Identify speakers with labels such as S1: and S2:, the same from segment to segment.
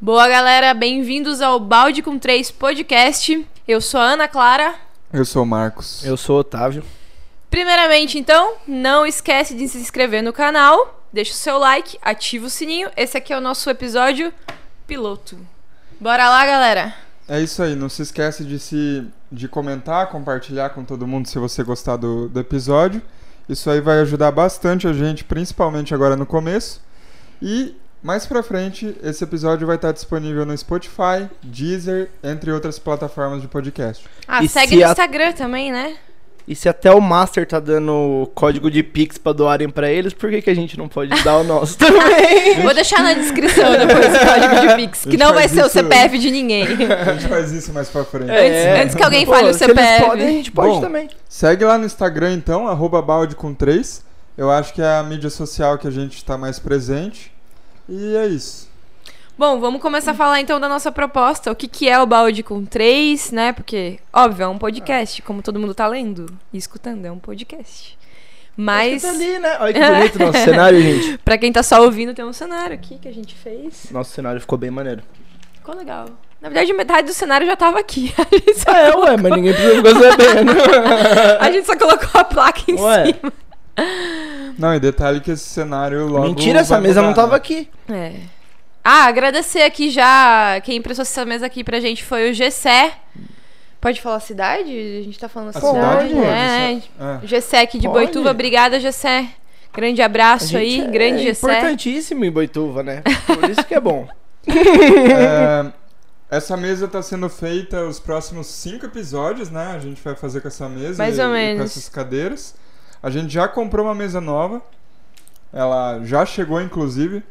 S1: Boa, galera, bem-vindos ao Balde com 3 podcast. Eu sou a Ana Clara.
S2: Eu sou o Marcos.
S3: Eu sou o Otávio.
S1: Primeiramente, então, não esquece de se inscrever no canal, deixa o seu like, ativa o sininho. Esse aqui é o nosso episódio piloto. Bora lá, galera.
S2: É isso aí, não se esquece de se de comentar, compartilhar com todo mundo se você gostar do, do episódio. Isso aí vai ajudar bastante a gente, principalmente agora no começo. E mais pra frente, esse episódio vai estar disponível no Spotify, Deezer, entre outras plataformas de podcast.
S1: Ah,
S3: E
S1: segue
S3: se
S1: no
S3: a-
S1: Instagram também, né?
S3: E se até o Master tá dando código de Pix pra doarem pra eles, por que, que a gente não pode dar o nosso também?
S1: Vou deixar na descrição depois o código de Pix,
S2: A
S1: que
S2: gente
S1: não vai
S2: faz
S1: ser o
S2: isso-
S1: CPF de ninguém.
S2: A gente faz isso mais pra frente.
S1: É. Antes- antes que alguém
S3: É. Pô,
S1: fale o
S3: se eles
S1: CPF.
S3: podem, a gente pode
S2: Bom,
S3: também.
S2: Segue lá no Instagram então, arroba balde com 3. Eu acho que é a mídia social que a gente está mais presente. E é isso.
S1: Bom, vamos começar a falar então da nossa proposta. O que, que é o balde com três, né? Porque, óbvio, é um podcast, como todo mundo tá lendo e escutando, é um podcast. Mas,
S3: Tá ali, né? Olha que bonito o nosso cenário, gente.
S1: pra quem tá só ouvindo, tem um cenário aqui que a gente fez.
S3: Nosso cenário ficou bem maneiro.
S1: Ficou legal. Na verdade, metade do cenário já tava aqui. A gente só,
S3: Ah, é, ué, mas ninguém precisa ficar sabendo.
S1: a gente só colocou a placa em
S3: Ué.
S1: cima.
S2: Não, e detalhe que esse cenário logo.
S3: Mentira, essa
S2: vai
S3: mesa não
S2: mudar,
S3: tava
S2: né?
S3: aqui.
S1: É. Ah, agradecer aqui já. Quem impressou essa mesa aqui pra gente foi o Gessé. Pode falar a cidade? A gente tá falando a,
S2: A cidade,
S1: né?
S2: mano,
S1: É,
S2: isso é-
S1: Gessé aqui de
S3: Pode.
S1: Boituva, obrigada, Gessé. Grande abraço aí,
S3: Gente,
S1: grande
S3: é
S1: Gessé.
S3: importantíssimo em Boituva, né? Por isso que é bom.
S2: É, essa mesa está sendo feita os próximos cinco episódios, né? A gente vai fazer com essa mesa
S1: Mais
S2: e,
S1: ou
S2: e
S1: menos.
S2: com essas cadeiras. A gente já comprou uma mesa nova. Ela já chegou, inclusive.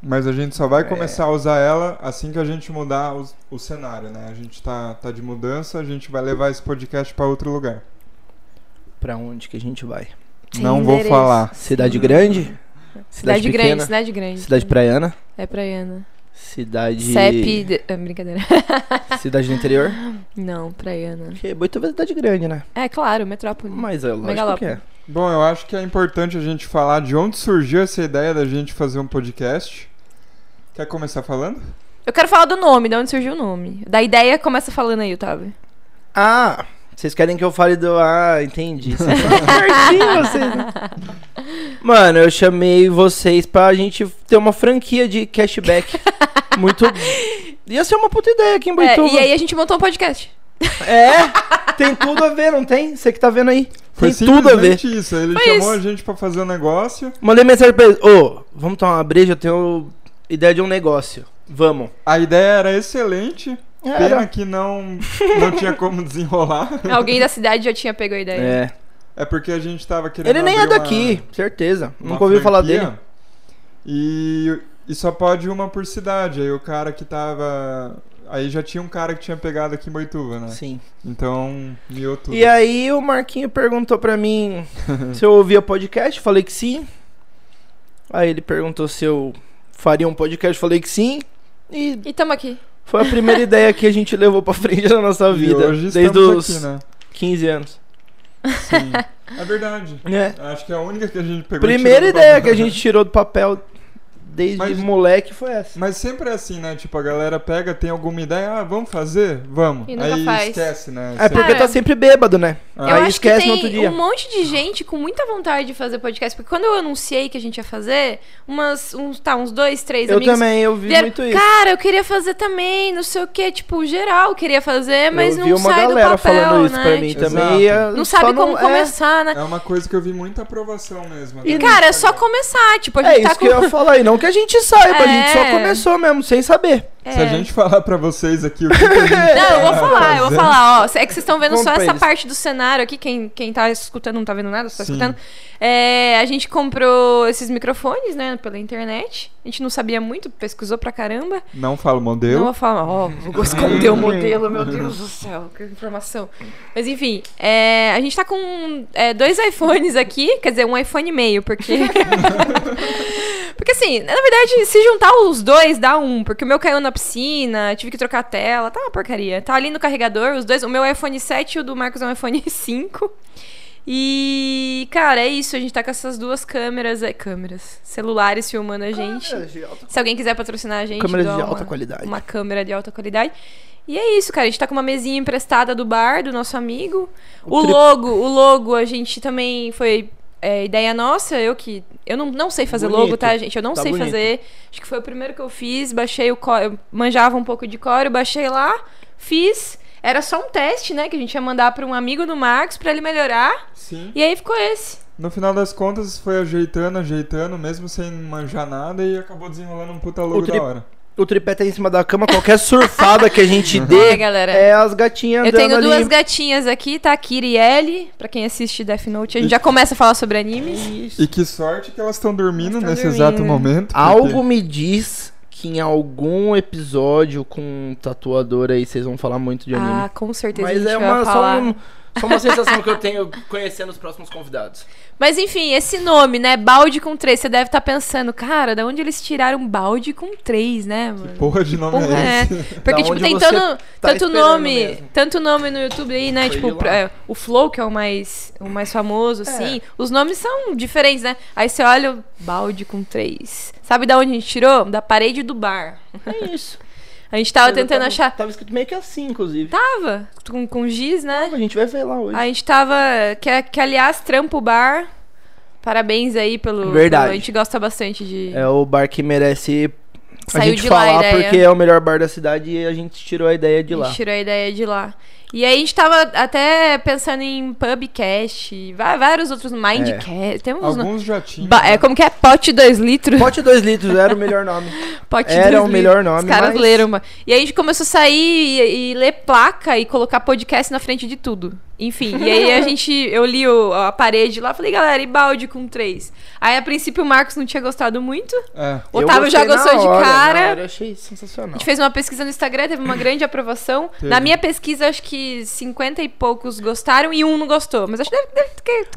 S2: Mas a gente só vai
S3: É.
S2: começar a usar ela assim que a gente mudar o, o cenário, né? A gente tá, tá de mudança, a gente vai levar esse podcast para outro lugar.
S3: Pra onde que a gente vai?
S1: Sem
S2: Não vou
S1: endereço.
S2: falar.
S3: Cidade grande?
S1: Cidade, grande, né?
S3: pequena?
S1: cidade grande.
S3: Cidade praiana?
S1: É praiana.
S3: Cidade.
S1: CEP. de- é, brincadeira.
S3: Cidade do interior?
S1: Não, praiana.
S3: Porque Boituva é cidade grande, né?
S1: É claro, metrópole.
S3: Mas é lógico
S1: Megalópole.
S3: que é.
S2: Bom, eu acho que é importante a gente falar de onde surgiu essa ideia da gente fazer um podcast. Quer começar falando?
S1: Eu quero falar do nome, de onde surgiu o nome. Da ideia, começa falando aí, Otávio.
S3: Ah, vocês querem que eu fale do. Ah, entendi. Vocês são certinho, vocês, né? Mano, eu chamei vocês pra gente ter uma franquia de cashback. Muito. Ia ser uma puta ideia aqui em
S1: É,
S3: Boituva.
S1: e aí a gente montou um podcast.
S3: É, tem tudo a ver, não tem? Você que tá vendo aí.
S2: Foi
S3: tem tudo a ver.
S2: simplesmente isso. Ele
S1: Foi
S2: chamou
S1: isso.
S2: a gente pra fazer um negócio.
S3: Mandei mensagem pra eles. Ô, vamos tomar uma breja, eu tenho ideia de um negócio. Vamos.
S2: A ideia era excelente. Pena
S3: Era.
S2: que não, não tinha como desenrolar.
S1: Alguém da cidade já tinha pego a ideia.
S3: É.
S2: É porque a gente tava querendo.
S3: Ele nem é
S2: abrir uma-
S3: daqui, certeza.
S2: uma
S3: Nunca ouvi falar
S2: franquia
S3: dele.
S2: E, e só pode uma por cidade. Aí o cara que tava. Aí já tinha um cara que tinha pegado aqui em Boituva, né?
S3: Sim.
S2: Então, miou tudo.
S3: E é aí o Marquinho perguntou pra mim se eu ouvia podcast, falei que sim. Aí ele perguntou se eu faria um podcast, falei que sim. E
S1: E tamo aqui.
S3: foi a primeira ideia que a gente levou pra frente na nossa
S2: E
S3: vida.
S2: hoje
S3: desde
S2: estamos
S3: os
S2: aqui, né?
S3: 15 anos.
S2: Sim. É verdade.
S3: É.
S2: Acho que é a única que a gente pegou. e
S3: Primeira
S2: tirou do
S3: ideia
S2: papel.
S3: que a gente tirou do papel desde
S2: Mas-
S3: moleque foi essa.
S2: Mas sempre é assim, né? Tipo, a galera pega, tem alguma ideia, ah, vamos fazer? Vamos.
S1: E nunca
S2: Aí
S1: faz.
S2: esquece, né?
S3: É porque tá sempre bêbado, né?
S2: Ah,
S1: eu
S3: Aí
S1: acho
S3: esquece
S1: que
S3: no
S1: tem
S3: outro dia.
S1: um monte de gente com muita vontade de fazer podcast. Porque quando eu anunciei que a gente ia fazer, umas, uns, tá, uns dois, três
S3: Eu
S1: amigos
S3: também, eu vi
S1: vieram,
S3: muito isso.
S1: Cara, eu queria fazer também, não sei o que, tipo, geral queria fazer, mas
S3: eu
S1: não
S3: vi uma
S1: sai
S3: galera
S1: do papel,
S3: falando isso
S1: né?
S3: pra mim
S1: Tipo,
S3: também. e,
S1: não
S3: só
S1: sabe como
S3: é.
S1: começar, né?
S2: É uma coisa que eu vi muita aprovação mesmo. até
S1: E,
S2: no
S1: cara, é só
S2: Instagram.
S1: começar, tipo, a
S3: É
S1: gente
S3: isso
S1: tá com...
S3: que eu ia falar aí, não que a gente saiba, a gente
S1: É.
S3: só começou mesmo, sem saber.
S2: Se a
S1: É.
S2: gente falar pra vocês aqui o que, que a gente
S1: Não, eu vou
S2: tá
S1: falar, eu vou
S2: fazendo-
S1: falar, ó. É que vocês estão vendo
S3: Conta
S1: só
S3: pra
S1: essa
S3: eles.
S1: parte do cenário aqui, quem, quem tá escutando não tá vendo nada, só tá
S2: Sim.
S1: escutando. É, a gente comprou esses microfones, né, pela internet. A gente não sabia muito, pesquisou pra caramba.
S2: Não falo
S1: Não
S2: modelo.
S1: vou falar, ó, vou esconder o modelo, meu Deus do céu, que informação. Mas enfim, é, a gente tá com é, dois iPhones aqui, quer dizer, um iPhone e meio, porque. porque assim, na verdade, se juntar os dois dá um, porque o meu caiu na piscina, tive que trocar a tela, tá uma porcaria. Tá ali no carregador, os dois, o meu é iPhone 7 e o do Marcos é um iPhone 5. E, cara, é isso. A gente tá com essas duas câmeras. É, câmeras. Celulares filmando a gente.
S3: Câmeras de alta-
S1: Se alguém quiser patrocinar a gente,
S3: Câmeras
S1: dá
S3: de
S1: uma-
S3: alta qualidade.
S1: Uma câmera de alta qualidade. E é isso, cara. A gente tá com uma mesinha emprestada do bar, do nosso amigo. O,
S3: O tri-
S1: logo, o logo, a gente também foi é, ideia nossa. Eu que. Eu não, não sei fazer logo,
S3: Bonito.
S1: tá, gente? Eu não
S3: Tá
S1: sei
S3: bonito.
S1: fazer. Acho que foi o primeiro que eu fiz. Baixei o core. Eu manjava um pouco de core, eu baixei lá, fiz. Era só um teste, né? Que a gente ia mandar pra um amigo do Marcos pra ele melhorar.
S2: Sim.
S1: E aí ficou esse.
S2: No final das contas, foi ajeitando, ajeitando, mesmo sem manjar nada, e acabou desenrolando um puta logo
S3: O tri-
S2: da hora.
S3: O tripé tá em cima da cama, qualquer surfada que a gente dê
S1: É, galera.
S3: é as gatinhas
S1: Eu
S3: andando
S1: tenho
S3: ali.
S1: duas gatinhas aqui, tá? Kiri e Ellie. Pra quem assiste Death Note, a gente já começa a falar sobre animes.
S3: Isso.
S2: E que sorte que elas estão dormindo
S1: Elas tão
S2: nesse
S1: dormindo.
S2: exato momento. porque-
S3: Algo me diz que em algum episódio com um tatuador aí vocês vão falar muito de anime.
S1: Ah, com certeza a
S3: Mas
S1: gente
S3: é
S1: vai
S3: uma,
S1: falar.
S3: só, um- só uma sensação que eu tenho conhecendo os próximos convidados.
S1: Mas enfim, esse nome, né? Balde com três. Você deve estar pensando, cara, da onde eles tiraram um balde com três, né, mano?
S2: Porra de nome
S1: Porra,
S2: é
S1: é.
S2: esse?
S1: Porque,
S3: Da
S1: tipo,
S3: onde
S1: tem
S3: você
S1: tanto,
S3: tá
S1: tanto
S3: esperando
S1: nome,
S3: mesmo.
S1: tanto nome no YouTube aí, né?
S3: Foi
S1: tipo,
S3: de lá. É.
S1: pra- é, o Flow, que é o mais, o mais famoso, assim. Os nomes são diferentes, né? Aí você olha o balde com três. Sabe da onde a gente tirou? Da parede do bar.
S3: É isso.
S1: A gente tava tentando achar. Tá.
S3: Tava escrito meio que assim, inclusive.
S1: Tava com, com giz, né?
S3: A gente vai ver lá hoje.
S1: A gente tava. Que, que aliás, Trampo Bar. Parabéns aí pelo.
S3: Verdade.
S1: pelo- a gente gosta bastante de.
S3: É o bar que merece a
S1: Saiu
S3: gente
S1: de lá a
S3: falar
S1: ideia.
S3: porque é o melhor bar da cidade e a gente tirou a ideia de
S1: a
S3: lá.
S1: gente tirou a ideia de lá. E aí a gente tava até pensando em Pubcast, va- vários
S3: É.
S1: outros. Mindcast. Temos uns no-
S2: Alguns já tinham. né?
S1: Ba- é, como que é? Pote 2 litros?
S3: Pote 2 litros era o melhor nome.
S1: Pote
S3: Era
S1: dois
S3: o
S1: litros.
S3: melhor nome,
S1: Os caras
S3: mas-
S1: leram, mano. E aí a gente começou a sair e, e ler placa e colocar podcast na frente de tudo. Enfim, e aí a gente, eu li o- a parede lá, falei, galera, e balde com três. Aí a princípio o Marcos não tinha gostado muito.
S2: É.
S1: O Otávio já
S3: gostei na
S1: gostou de
S3: hora, na
S1: cara.
S3: hora Eu achei
S1: A
S3: sensacional.
S1: gente fez uma pesquisa no Instagram, teve uma grande aprovação.
S2: Teve.
S1: Na minha pesquisa, acho que 50 e poucos gostaram e um não gostou. Mas acho que deve, deve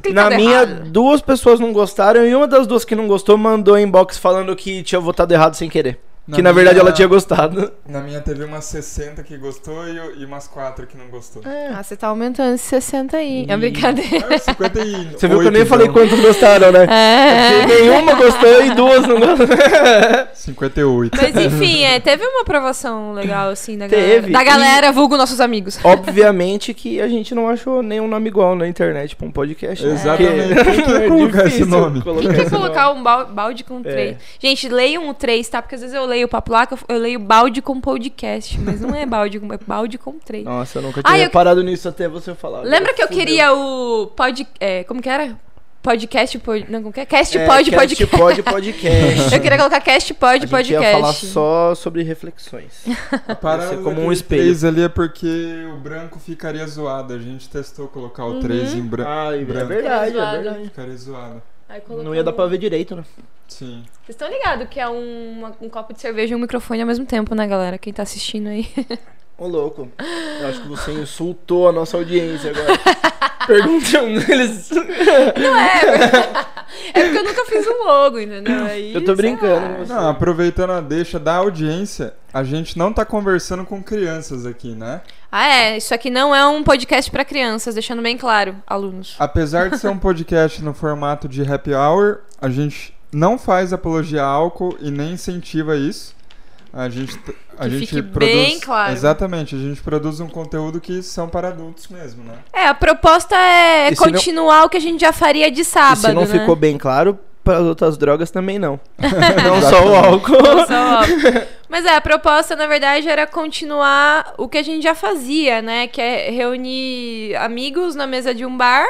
S1: ter
S3: Na
S1: clicado
S3: minha,
S1: errado.
S3: duas pessoas não gostaram e uma das duas que não gostou mandou inbox falando que tinha votado errado sem querer.
S2: Na
S3: que na verdade
S2: minha-
S3: ela tinha gostado.
S2: Na minha teve umas 60 que gostou e, e umas 4 que não gostou.
S1: Ah, você tá aumentando esse 60 aí. É
S3: Ih.
S1: brincadeira.
S2: É, 58,
S3: Você viu que eu nem
S2: então.
S3: falei quantos gostaram, né?
S1: É.
S3: Porque nenhuma gostou e duas não gostaram.
S2: 58.
S1: Mas enfim, é, teve uma aprovação legal, assim, da
S3: Teve.
S1: galera. Da galera, vulgo nossos amigos.
S3: Obviamente que a gente não achou nenhum nome igual na internet pra um podcast. né?
S2: Exatamente.
S3: Porque-
S2: Quem que ia
S3: é
S2: colocar esse
S3: difícil
S2: nome?
S3: colocar
S1: Tem que
S3: esse é
S1: colocar um bal- balde com três. Gente, leiam o três, tá? Porque às vezes eu leio pra placa, eu leio balde com podcast. Mas não é balde com, é balde com três.
S3: Nossa, eu nunca
S1: Ah,
S3: tinha
S1: eu-
S3: parado nisso até você falar. né?
S1: Lembra que eu
S3: Fudeu.
S1: queria o pod... é, como que era? Podcast, pod... não, como que é? Cast
S3: É,
S1: pod,
S3: cast
S1: podcast.
S3: pod podcast.
S1: Eu queria colocar cast pod,
S3: A gente
S1: podcast.
S3: ia falar só sobre reflexões.
S2: A parada
S3: Ia ser como um
S2: daquele
S3: espelho.
S2: três ali é porque o branco ficaria zoado. A gente testou colocar o 3
S1: Uhum.
S2: em branco.
S3: Ai,
S2: branco.
S3: verdade, é
S1: Zoado.
S3: verdade.
S2: Ficaria zoado.
S1: Aí colocou
S3: Não ia dar
S1: um-
S3: pra ver direito, né?
S2: Sim.
S1: Vocês estão ligados que é um, uma- um copo de cerveja e um microfone ao mesmo tempo, né, galera? Quem tá assistindo aí.
S3: Ô, louco. Eu acho que você insultou a nossa audiência agora. Perguntando eles.
S1: Não é, porque- é porque eu nunca fiz um logo, entendeu? Aí,
S3: Eu
S1: sei lá.
S3: tô brincando com você.
S1: é.
S2: Não, aproveitando a deixa da audiência, a gente não tá conversando com crianças aqui, né?
S1: Ah, é. Isso aqui não é um podcast pra crianças, deixando bem claro, alunos.
S2: Apesar de ser um podcast no formato de happy hour, a gente não faz apologia a álcool e nem incentiva isso. A gente, t- a
S1: Que
S2: gente
S1: fique
S2: produz.
S1: bem claro.
S2: Exatamente, a gente produz um conteúdo que são para adultos mesmo, né?
S1: É, a proposta é
S3: E se não-
S1: continuar o que a gente já faria de
S3: E
S1: sábado,
S3: se não
S1: né?
S3: ficou bem claro, para as outras drogas também não. não só o álcool.
S1: Só- Mas é, a proposta, na verdade, era continuar o que a gente já fazia, né? Que é reunir amigos na mesa de um bar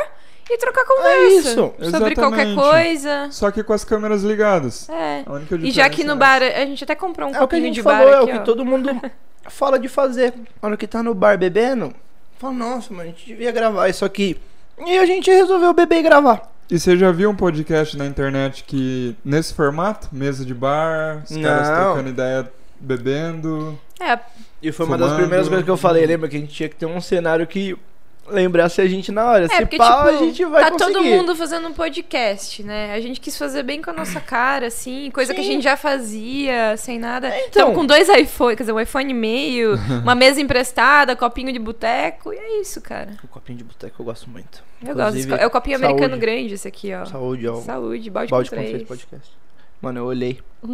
S1: e trocar
S3: É
S1: conversa.
S3: isso.
S1: Sobre
S2: Exatamente.
S1: qualquer coisa.
S2: Só que com as câmeras ligadas.
S1: É.
S2: A única
S1: E já que no
S2: diferença
S1: bar, a gente até comprou um
S3: É o que a
S1: copinho
S3: gente
S1: de
S3: falou,
S1: bar
S3: é o
S1: aqui,
S3: que
S1: ó.
S3: todo mundo fala de fazer. Na hora que tá no bar bebendo, fala, nossa, mano, a gente devia gravar isso aqui. E a gente resolveu beber e gravar.
S2: E você já viu um podcast na internet que, nesse formato, mesa de bar, os caras
S3: Não.
S2: trocando ideia bebendo.
S1: É,
S3: E foi uma
S2: Fumando.
S3: das primeiras coisas que eu falei, lembra? Que a gente tinha que ter um cenário que lembrar se a gente na hora.
S1: É,
S3: se
S1: porque,
S3: pá,
S1: tipo,
S3: a gente vai
S1: tá
S3: conseguir.
S1: todo mundo fazendo um podcast, né? A gente quis fazer bem com a nossa cara, assim, coisa que a
S3: Sim.
S1: gente já fazia, sem nada.
S3: então.
S1: Tamo com dois iPhone, quer dizer, um iPhone e meio, uma mesa emprestada, copinho de boteco, e é isso, cara.
S3: O copinho de boteco eu gosto muito.
S1: Eu gosto desse
S3: Inclusive,
S1: co- É o copinho
S3: saúde.
S1: americano grande esse aqui, ó.
S3: Ah. Saúde, ó.
S1: Saúde, balde,
S3: Balde
S1: com
S3: com três
S1: três.
S3: podcast. Mano, eu olhei.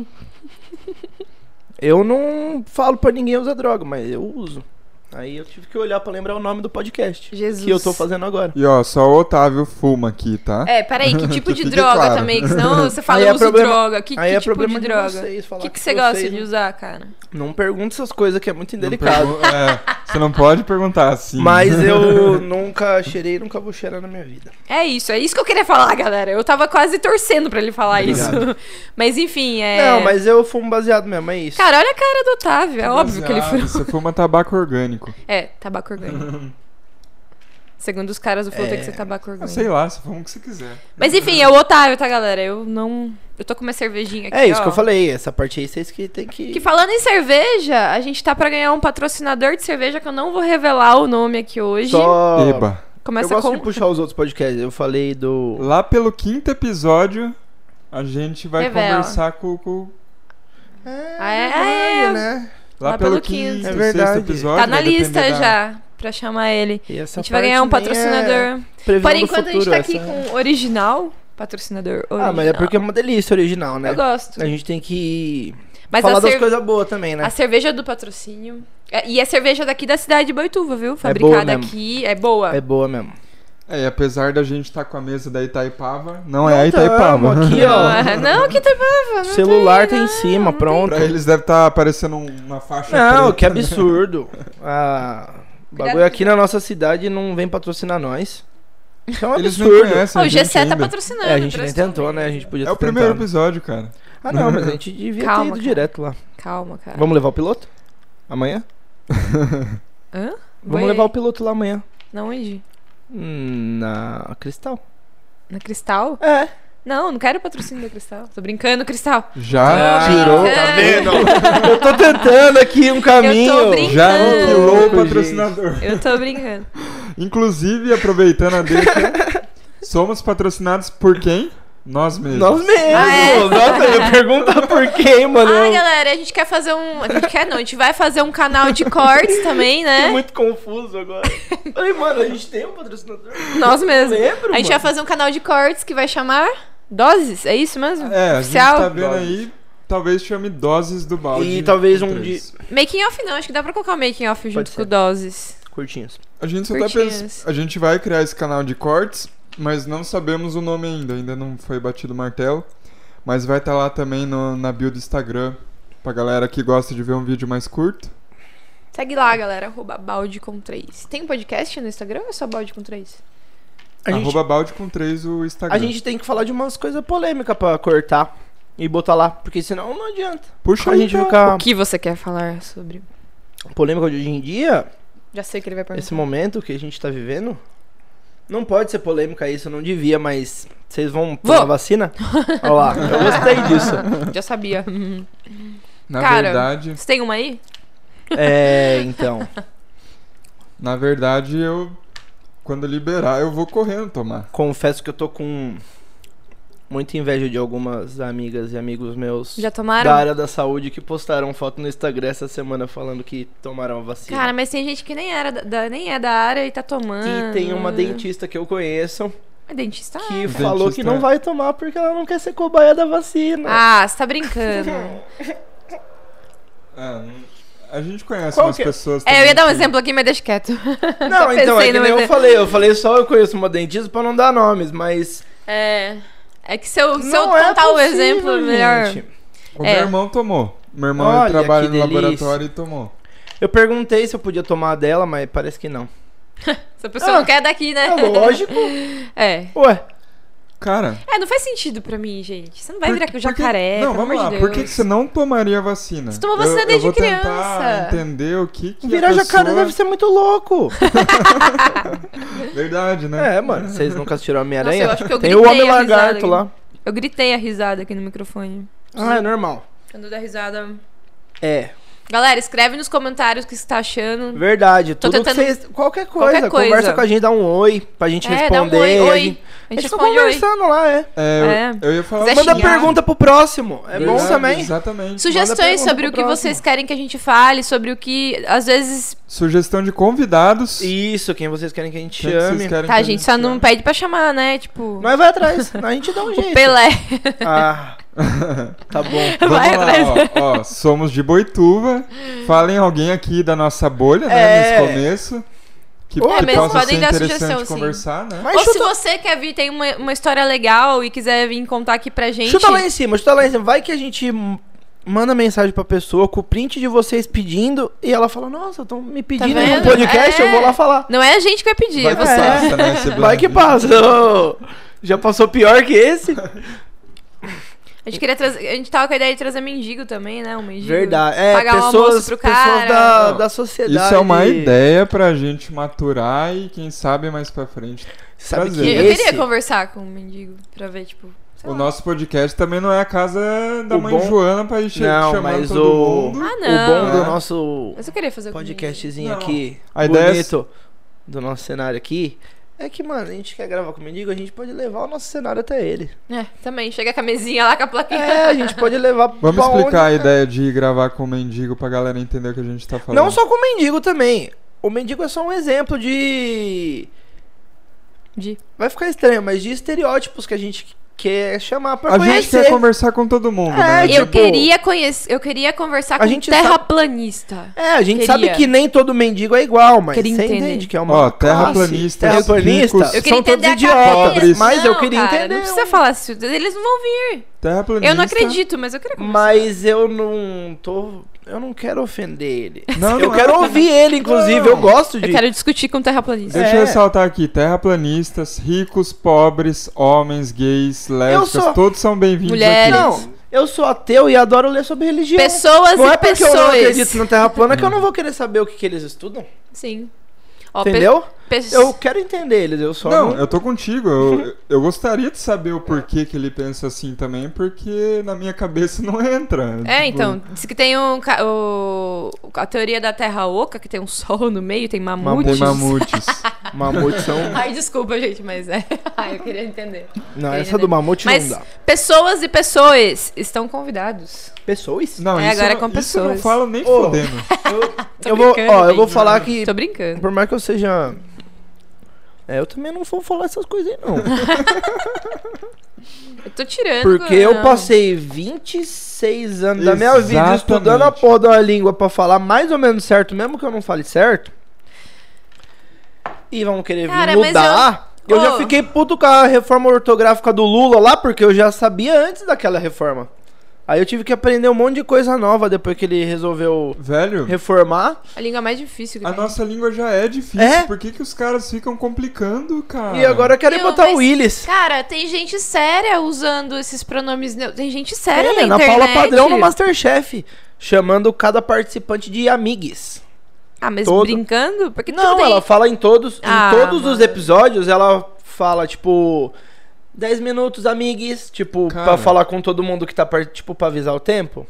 S3: eu não falo pra ninguém usar droga, mas eu uso. Aí eu tive que olhar pra lembrar o nome do podcast.
S1: Jesus.
S3: Que eu tô fazendo né? agora.
S2: E ó, só o Otávio fuma aqui, tá?
S1: É, peraí, que tipo de
S2: Fique
S1: droga
S2: claro.
S1: também? Que senão você fala
S3: Aí é
S1: uso
S3: problema-
S1: droga. Que,
S3: Aí
S1: que
S3: é
S1: tipo
S3: problema
S1: de
S3: de
S1: droga?
S3: vocês
S1: O
S3: falar
S1: que,
S3: que
S1: que você gosta
S3: vocês né?
S1: de
S3: não-
S1: usar, cara?
S3: Não pergunta essas coisas que é muito
S2: Não
S3: indelicado.
S2: pergun- é, você não pode perguntar assim.
S3: Mas eu nunca cheirei e nunca vou cheirar na minha vida.
S1: É isso, é isso que eu queria falar, galera. Eu tava quase torcendo pra ele falar
S3: Obrigado.
S1: isso. Mas enfim, é.
S3: Não, mas eu fumo baseado mesmo, é isso.
S1: Cara, olha a cara do Otávio. É óbvio que ele
S2: Exato,
S1: foi.
S2: Ah, Você fuma tabaco orgânico.
S1: É, tabaco orgânico. Segundo os caras do Flow, tem que
S3: É,
S1: ser tabaco
S2: Ah,
S1: orgânico.
S2: sei lá, você fuma o que você quiser.
S1: Mas enfim, é o Otávio, tá, galera? Eu não. Eu tô com uma cervejinha aqui.
S3: é isso
S1: ó.
S3: que eu falei, essa parte aí vocês que tem que...
S1: Que falando em cerveja, a gente tá pra ganhar um patrocinador de cerveja que eu não vou revelar o nome aqui hoje.
S3: Só...
S2: Eba.
S1: Começa
S3: eu gosto
S1: com.
S3: de puxar os outros podcasts. Eu falei do...
S2: Lá pelo quinto episódio, a gente vai
S1: Revela.
S2: conversar com, com
S1: Ah, é?
S3: verdade,
S1: Ah, é.
S3: né?
S2: Lá,
S1: Lá
S2: pelo,
S1: pelo
S2: quinto,
S1: quinto.
S3: É
S2: sexto
S3: verdade.
S2: episódio.
S1: Tá na
S2: vai depender
S1: lista
S2: da-
S1: já pra chamar ele.
S3: E
S1: A gente vai ganhar
S3: é
S1: um patrocinador. Por enquanto a gente tá aqui com original, patrocinador original.
S3: Ah, mas é porque é uma delícia original, né?
S1: Eu gosto.
S3: A gente tem que
S1: Mas
S3: falar
S1: a,
S3: das
S1: cer-
S3: coisas boas também, né?
S1: a cerveja do patrocínio. é- E é cerveja daqui da cidade de Boituva, viu?
S3: É boa
S1: Fabricada
S3: mesmo.
S1: aqui, é boa.
S3: É boa mesmo.
S2: É, e apesar da gente estar com a mesa da Itaipava, não, é
S3: Não
S2: a Itaipava.
S3: tamo aqui, ó.
S1: Não, não, que tava.
S3: O celular tá em cima, pronto.
S2: pra eles deve estar aparecendo um- uma faixa
S3: Não,
S2: preta.
S3: que absurdo. Ah, o bagulho aqui na nossa cidade não vem patrocinar nós. Isso é um
S2: Eles
S3: absurdo.
S2: não conhecem
S1: Ó,
S2: a
S1: o
S2: gente
S1: G7 tá
S2: ainda.
S1: patrocinando.
S3: É, a gente nem
S1: emprestou.
S3: tentou, né? A gente podia
S2: É o
S3: ter
S2: primeiro
S3: tentado.
S2: episódio, cara.
S3: Ah, não, mas a gente devia
S1: Calma, Tá.
S3: ter ido
S1: cara.
S3: direto lá.
S1: Calma, cara.
S3: Vamos levar o piloto? Amanhã?
S1: Hã?
S3: Vamos
S1: Ué,
S3: levar o piloto lá amanhã.
S1: Na onde?
S3: Hum, Na Cristal.
S1: Na Cristal?
S3: É.
S1: Não, não quero patrocínio da Cristal. Tô brincando, Cristal.
S2: Já
S3: Ah,
S2: tirou.
S1: tá
S3: vendo? Eu tô tentando aqui um caminho.
S1: brincando.
S2: Já
S1: Ô,
S2: aniquilou o
S3: louco,
S2: patrocinador.
S1: Eu tô brincando.
S2: Inclusive, aproveitando a deixa, somos patrocinados por quem? Nós mesmos.
S3: Nós mesmos.
S1: Ah, é?
S3: Nossa, ele pergunta por quê, mano.
S1: Ah,
S3: Eu
S1: galera, a gente quer fazer um. A gente quer não, a gente vai fazer um canal de cortes também,
S3: fiquei
S1: né?
S3: muito confuso agora. Falei, mano, a gente tem um patrocinador?
S1: Nós
S3: Eu
S1: mesmos.
S3: lembro,
S1: A gente vai
S3: mano.
S1: fazer um canal de cortes que vai chamar Doses, é isso mesmo?
S2: É, a gente
S1: Oficial?
S2: tá vendo
S3: Doses.
S2: aí, talvez chame Doses do Balde.
S3: E talvez um
S2: três.
S1: Making off não, acho que dá pra colocar o making off junto
S3: ser.
S1: com o Doses.
S3: Curtinhos.
S2: A gente só tá
S1: Curtinhas.
S2: pensando. A gente vai criar esse canal de cortes, mas não sabemos o nome ainda, ainda não foi batido o martelo. Mas vai estar lá também no- na bio do Instagram. Pra galera que gosta de ver um vídeo mais curto.
S1: Segue lá, galera, arroba balde com 3. Tem um podcast no Instagram ou é só balde com 3?
S3: A gente,
S2: Arroba balde com 3 o Instagram.
S3: a gente tem que falar de umas coisas polêmicas pra cortar e botar lá. Porque senão não adianta.
S2: Puxa
S3: A
S2: aí,
S3: gente
S2: então.
S1: O
S3: fica
S1: que você quer falar sobre?
S3: polêmica de hoje em dia,
S1: Já sei que ele vai perguntar.
S3: esse momento que a gente tá vivendo. Não pode ser polêmica isso, não devia, mas vocês vão tomar vacina? Olha lá, eu gostei disso.
S1: Já sabia. Hum.
S2: Na
S1: Cara.
S2: verdade,
S1: Você tem uma aí?
S3: É, então.
S2: na verdade, eu. Quando liberar, eu vou correndo tomar.
S3: Confesso que eu tô com muita inveja de algumas amigas e amigos meus
S1: Já
S3: da
S1: tomaram?
S3: área da saúde que postaram foto no Instagram essa semana falando que tomaram a vacina.
S1: Cara, mas tem gente que nem, era da- da, nem é da área e tá tomando.
S3: E tem uma dentista que eu conheço
S1: É dentista?
S3: que
S2: Ah.
S3: falou
S2: Dentista,
S3: que não
S2: é.
S3: vai tomar porque ela não quer ser cobaia da vacina.
S1: Ah, você tá brincando.
S2: É, não- a gente conhece
S3: Qual
S2: umas
S3: que é?
S2: pessoas.
S1: É,
S2: também
S1: eu ia dar um
S2: que-
S1: exemplo aqui, mas deixa quieto.
S3: não, então, é
S1: pensei
S3: que
S1: no
S3: nem eu
S1: exemplo.
S3: falei, eu falei só eu conheço uma dentista pra não dar nomes, mas
S1: É. É que se eu, se eu
S3: não é
S1: contar o
S3: possível,
S1: exemplo melhor.
S3: gente.
S2: O
S1: É.
S2: meu irmão tomou. Meu irmão
S3: Olha,
S2: ele trabalha
S3: que
S2: no
S3: delícia.
S2: laboratório e tomou.
S3: Eu perguntei se eu podia tomar a dela, mas parece que não.
S1: Essa pessoa não
S3: Ah,
S1: quer daqui, né?
S3: É lógico.
S1: É.
S3: Ué,
S2: Cara,
S1: É, não faz sentido pra mim, gente. Você não vai
S2: Por-
S1: virar que o
S2: por que-
S1: jacaré.
S2: Não,
S1: pelo
S2: vamos
S1: amor
S2: lá.
S1: de
S2: Por que, que
S1: Deus.
S2: você não tomaria vacina?
S1: Você tomou vacina
S2: eu,
S1: desde
S2: eu vou
S1: criança.
S2: tentar entender o que, que a
S3: virar
S2: pessoa...
S3: jacaré deve ser muito louco.
S2: Verdade, né?
S3: É, mano, vocês nunca assistiram
S1: Nossa, eu
S3: Homem-Aranha?
S1: acho que eu
S3: Tem
S1: gritei
S3: o Homem
S1: a risada aqui.
S3: Lagarto lá.
S1: Eu gritei a risada aqui no microfone.
S3: Ah, é normal.
S1: Quando dá risada.
S3: É.
S1: Galera, escreve nos comentários o que você tá achando.
S3: Verdade,
S1: Tô
S3: tudo que
S1: tentando-
S3: vocês. Qualquer coisa,
S1: Qualquer coisa.
S3: conversa com a gente, dá um oi pra gente
S1: É, dá um
S3: responder.
S1: oi, oi.
S3: A gente, a gente fica
S1: responde oi.
S3: conversando lá, é.
S2: É, eu-
S1: É.
S2: Eu, ia falar.
S1: Quiser
S2: Manda
S3: Manda
S1: xingar.
S3: pergunta pro próximo. É
S2: Verdade,
S3: bom também.
S2: Exatamente.
S1: Sugestões
S3: pergunta
S1: sobre o
S3: pro
S1: que
S3: próximo.
S1: vocês querem que a gente fale, sobre o que às vezes.
S2: Sugestão de convidados.
S3: Isso, quem vocês querem que a gente
S2: Quem que vocês
S3: chame.
S2: querem que
S1: Tá,
S2: a
S1: gente, só não
S2: chame?
S1: pede pra chamar, né? Tipo,
S3: Mas vai atrás, a gente dá um jeito.
S1: o Pelé.
S3: Ah, tá bom.
S2: Vamos
S1: Vai
S2: lá,
S1: atrás.
S2: ó, ó, somos de Boituva. Falem alguém aqui da nossa bolha,
S3: É.
S2: né? Nesse começo. Que,
S3: É,
S2: que
S1: mas
S2: possa
S1: podem
S2: ser
S1: dar
S2: interessante
S1: sugestão, sim.
S2: conversar, né?
S3: Mas
S1: Ou se
S3: chuta-
S1: você quer vir, tem uma, uma história legal e quiser vir contar aqui pra gente.
S3: Chuta lá em cima, chuta lá em cima. Vai que a gente m- manda mensagem pra pessoa com o print de vocês pedindo e ela fala: Nossa, estão me pedindo
S1: Tá
S3: num
S1: vendo?
S3: podcast,
S1: É.
S3: eu vou lá falar.
S1: Não é a gente que vai pedir, é
S2: Vai que
S1: você.
S3: É.
S2: passa, né? esse
S3: Vai que
S2: Black
S3: passa. Ô, Já passou pior que esse?
S1: A gente queria trazer. A gente tava com a ideia de trazer mendigo também, né? Um mendigo.
S3: Verdade. É,
S1: Pagar o
S3: pessoas,
S1: almoço pro cara.
S3: pessoas da,
S2: Não,
S3: da sociedade.
S2: Isso é uma ideia pra gente maturar e quem sabe mais pra frente.
S3: Sabe que
S2: Prazer.
S1: Eu
S3: esse,
S1: queria conversar com um mendigo pra ver, tipo. sei
S2: O
S1: lá.
S2: nosso podcast também não é a casa da
S3: O
S2: mãe
S3: bom-
S2: Joana pra ir che-
S3: Não,
S2: chamando
S3: mas
S2: todo
S3: o-
S2: mundo.
S1: Ah,
S3: o bom
S1: não.
S3: do
S2: É.
S3: nosso
S1: Mas eu queria fazer com
S3: podcastzinho
S2: Não.
S3: aqui,
S2: A ideia é-
S3: bonito, do nosso cenário aqui, é que, mano, a gente quer gravar com o mendigo, a gente pode levar o nosso cenário até ele.
S1: mendigo. É, também. Chega com a mesinha lá com a plaquinha.
S3: É, a gente pode levar
S2: Vamos
S3: pra onde-
S2: explicar
S1: é tá-
S2: a ideia de ir gravar com o mendigo pra galera entender o que a gente tá falando.
S3: Não só com o mendigo também. O mendigo é só um exemplo de...
S1: De-
S3: Vai ficar estranho, mas de estereótipos que a gente quer chamar pra
S2: A
S3: conhecer.
S2: gente quer conversar com todo mundo, né?
S3: É,
S1: Eu
S3: tipo-
S1: queria conhecer. Eu queria conversar
S3: A
S1: com um
S3: gente sabe-
S1: terraplanista.
S3: É, a gente
S1: Queria.
S3: sabe que nem todo mendigo é igual, mas
S1: Queria
S3: você
S1: entender.
S3: entende que é uma
S2: Ó,
S3: classe. É
S2: terraplanistas,
S3: terraplanista.
S2: ricos.
S1: Eu queria
S3: são todos
S1: entender a
S3: idiotas,
S1: cabeça.
S3: mas eu
S1: Não,
S3: queria
S1: cara,
S3: entender.
S1: Não precisa
S3: um-
S1: falar isso. Eles não vão vir.
S2: Terraplanista.
S1: Eu não acredito, mas eu queria conversar.
S3: Mas eu não tô. Eu não quero ofender ele.
S2: Não,
S3: eu
S2: não
S3: quero
S2: é.
S3: ouvir ele, inclusive.
S2: Não.
S3: Eu gosto de.
S1: Eu quero discutir com terraplanista.
S2: Deixa
S3: É.
S2: eu ressaltar aqui, terraplanistas, ricos, pobres, homens, gays, lésbicas,
S3: sou-
S2: todos são bem-vindos
S1: Mulheres.
S2: aqui.
S3: Não, eu sou ateu e adoro ler sobre religião.
S1: Pessoas
S3: não
S1: e
S3: é porque
S1: pessoas.
S3: eu não acredito na Terra plana que eu não vou querer saber o que, que eles estudam.
S1: Sim. Ó, pe-
S3: entendeu?
S1: pe-
S3: Eu quero entender eles, eu só.
S2: Não,
S3: não-
S2: eu tô contigo. Eu, eu gostaria de saber o porquê que ele pensa assim também, porque na minha cabeça não entra.
S1: É,
S2: Tipo,
S1: então,
S3: Hum.
S1: diz que tem um, ca- o, a teoria da Terra Oca, que tem um sol no meio, tem mamute.
S2: Tem mamutes.
S3: Mamute são.
S1: Ai, desculpa, gente, mas é. Ai, eu queria entender.
S3: Não,
S1: Queria
S3: essa do
S1: entender.
S3: mamute
S1: Mas
S3: não dá.
S1: pessoas e pessoas estão convidados.
S3: Pessoas?
S2: Não,
S1: É,
S2: isso,
S1: agora
S2: eu-
S1: com
S2: isso eu não
S1: pessoas.
S2: falo nem
S3: Ô.
S2: fodendo.
S1: Tô
S3: Eu vou,
S1: brincando,
S3: ó, eu vou
S1: gente.
S3: falar que
S1: Tô brincando.
S3: Por mais que eu seja. É, eu também não vou falar essas coisas aí, não.
S1: Eu tô tirando.
S3: Porque
S1: não.
S3: eu passei 26 anos da minha vida
S2: Exatamente.
S3: estudando a porra da língua pra falar mais ou menos certo, mesmo que eu não fale certo. E vão querer vir
S1: Cara, mas
S3: mudar. Eu,
S1: eu-
S3: já
S1: Ô.
S3: fiquei puto com a reforma ortográfica do Lula lá, porque eu já sabia antes daquela reforma. Aí eu tive que aprender um monte de coisa nova depois que ele resolveu
S2: Velho,
S3: reformar.
S1: A língua mais difícil que
S2: a
S1: tem.
S2: nossa língua já é difícil.
S3: É?
S2: Por que, que os caras ficam complicando, cara?
S3: E agora querem
S1: Meu,
S3: botar
S1: Ah. mas-
S3: o Willis.
S1: Cara, tem gente séria usando esses pronomes. neu- Tem gente séria
S3: Tem,
S1: na
S3: Ana
S1: internet.
S3: Paula Padrão no Masterchef, chamando cada participante de amigues.
S1: Ah, mas
S3: Todo.
S1: brincando? Porque
S3: Não,
S1: tudo tem-
S3: ela fala em todos,
S1: Ah,
S3: em todos os
S1: mano.
S3: episódios, ela fala, tipo, 10 minutos, amigues, tipo,
S2: Cara.
S3: pra falar com todo mundo que tá, par- tipo, pra avisar o tempo.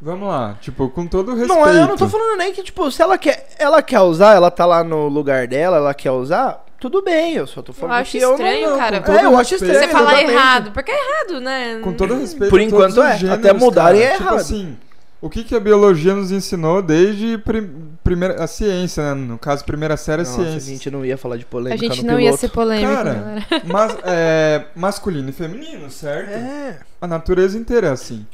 S2: Vamos lá, tipo, com todo respeito.
S3: Não, é, eu não tô falando nem que, tipo, se ela quer, ela quer usar, ela tá lá no lugar dela, ela quer usar, tudo bem, eu só tô
S1: Eu
S3: falando
S1: acho
S3: que eu não...
S1: estranho,
S2: não,
S1: cara.
S2: com todo
S3: É, eu acho estranho.
S1: Você falar
S3: exatamente.
S1: errado, porque é errado, né?
S2: Com todo respeito.
S3: Por
S2: a todos
S3: enquanto
S2: os
S3: é, até
S2: gêneros,
S3: mudarem
S2: cara.
S3: é
S2: Tipo
S3: errado.
S2: assim, o que, que a biologia nos ensinou desde prim- primeira, a ciência, né? No caso, primeira série é
S3: Nossa, a
S2: ciência.
S3: gente não ia falar de polêmica
S1: A gente
S3: no
S1: não ia
S3: piloto.
S1: ser polêmico,
S2: Cara,
S1: galera.
S2: mas, é, masculino e feminino, certo?
S3: É,
S2: A natureza inteira é assim.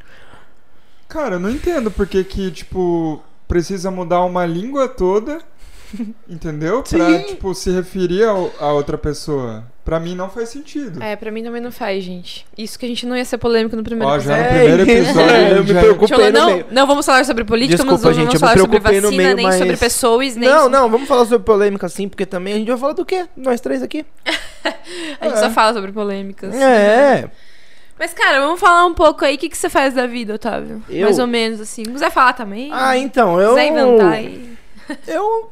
S2: Cara, eu não entendo por que que, tipo, precisa mudar uma língua toda, entendeu? Pra,
S3: Sim.
S2: tipo, se referir ao- a outra pessoa. Pra mim não faz sentido.
S1: É, pra mim também não faz, gente. Isso que a gente não ia ser polêmico no primeiro
S2: Ó,
S1: episódio.
S2: já no
S3: É,
S2: primeiro episódio
S3: eu
S2: ele
S3: me
S2: já-
S3: preocupo.
S1: Deixa eu falar,
S3: preocupei no
S1: não,
S3: meio.
S1: não vamos falar sobre política,
S3: Desculpa,
S1: mas não
S3: gente, eu
S1: vamos
S3: me
S1: falar sobre
S3: preocupei no
S1: vacina,
S3: meio,
S1: nem
S3: mas-
S1: sobre pessoas, nem
S3: Não,
S1: sobre...
S3: não, vamos falar sobre polêmica sim, porque também a gente vai falar do quê? Nós três aqui.
S1: A gente
S2: É.
S1: só fala sobre polêmicas.
S3: É,
S1: Mas, cara, vamos falar um pouco aí. O que, que você faz da vida, Otávio?
S3: Eu?
S1: Mais ou menos, assim. Não quiser falar também?
S3: Ah,
S1: Se
S3: então, eu.
S1: quiser inventar aí.
S3: Eu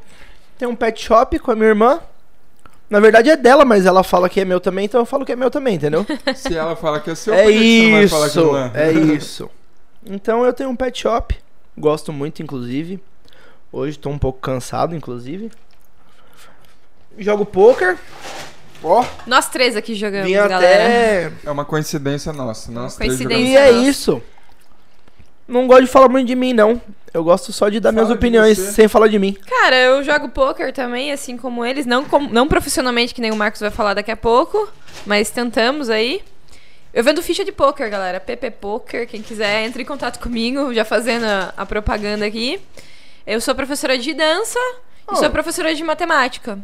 S3: tenho um pet shop com a minha irmã. Na verdade é dela, mas ela fala que é meu também, então eu falo que é meu também, entendeu?
S2: Se ela fala que é seu, por
S3: é
S2: que que você não é. vai falar que
S3: isso.
S2: não é?
S3: É isso. Então eu tenho um pet shop Gosto muito, inclusive. Hoje tô um pouco cansado, inclusive. Jogo poker. Ó,
S1: Nós três aqui jogamos,
S3: vim
S1: galera.
S3: até.
S2: É uma coincidência nossa. Nós três
S1: coincidência.
S2: jogamos-
S3: E é
S1: nossa.
S3: isso. Não gosto de falar muito de mim, não. Eu gosto só de dar minhas
S2: Fala de
S3: opiniões
S2: você.
S3: sem falar de mim.
S1: Cara, eu jogo poker também, assim como eles. Não, com- não profissionalmente, que nem o Marcos vai falar daqui a pouco. Mas tentamos aí. Eu vendo ficha de poker, galera. PP Poker, quem quiser, entre em contato comigo, já fazendo a, a propaganda aqui. Eu sou professora de dança e
S3: Oh.
S1: sou professora de matemática.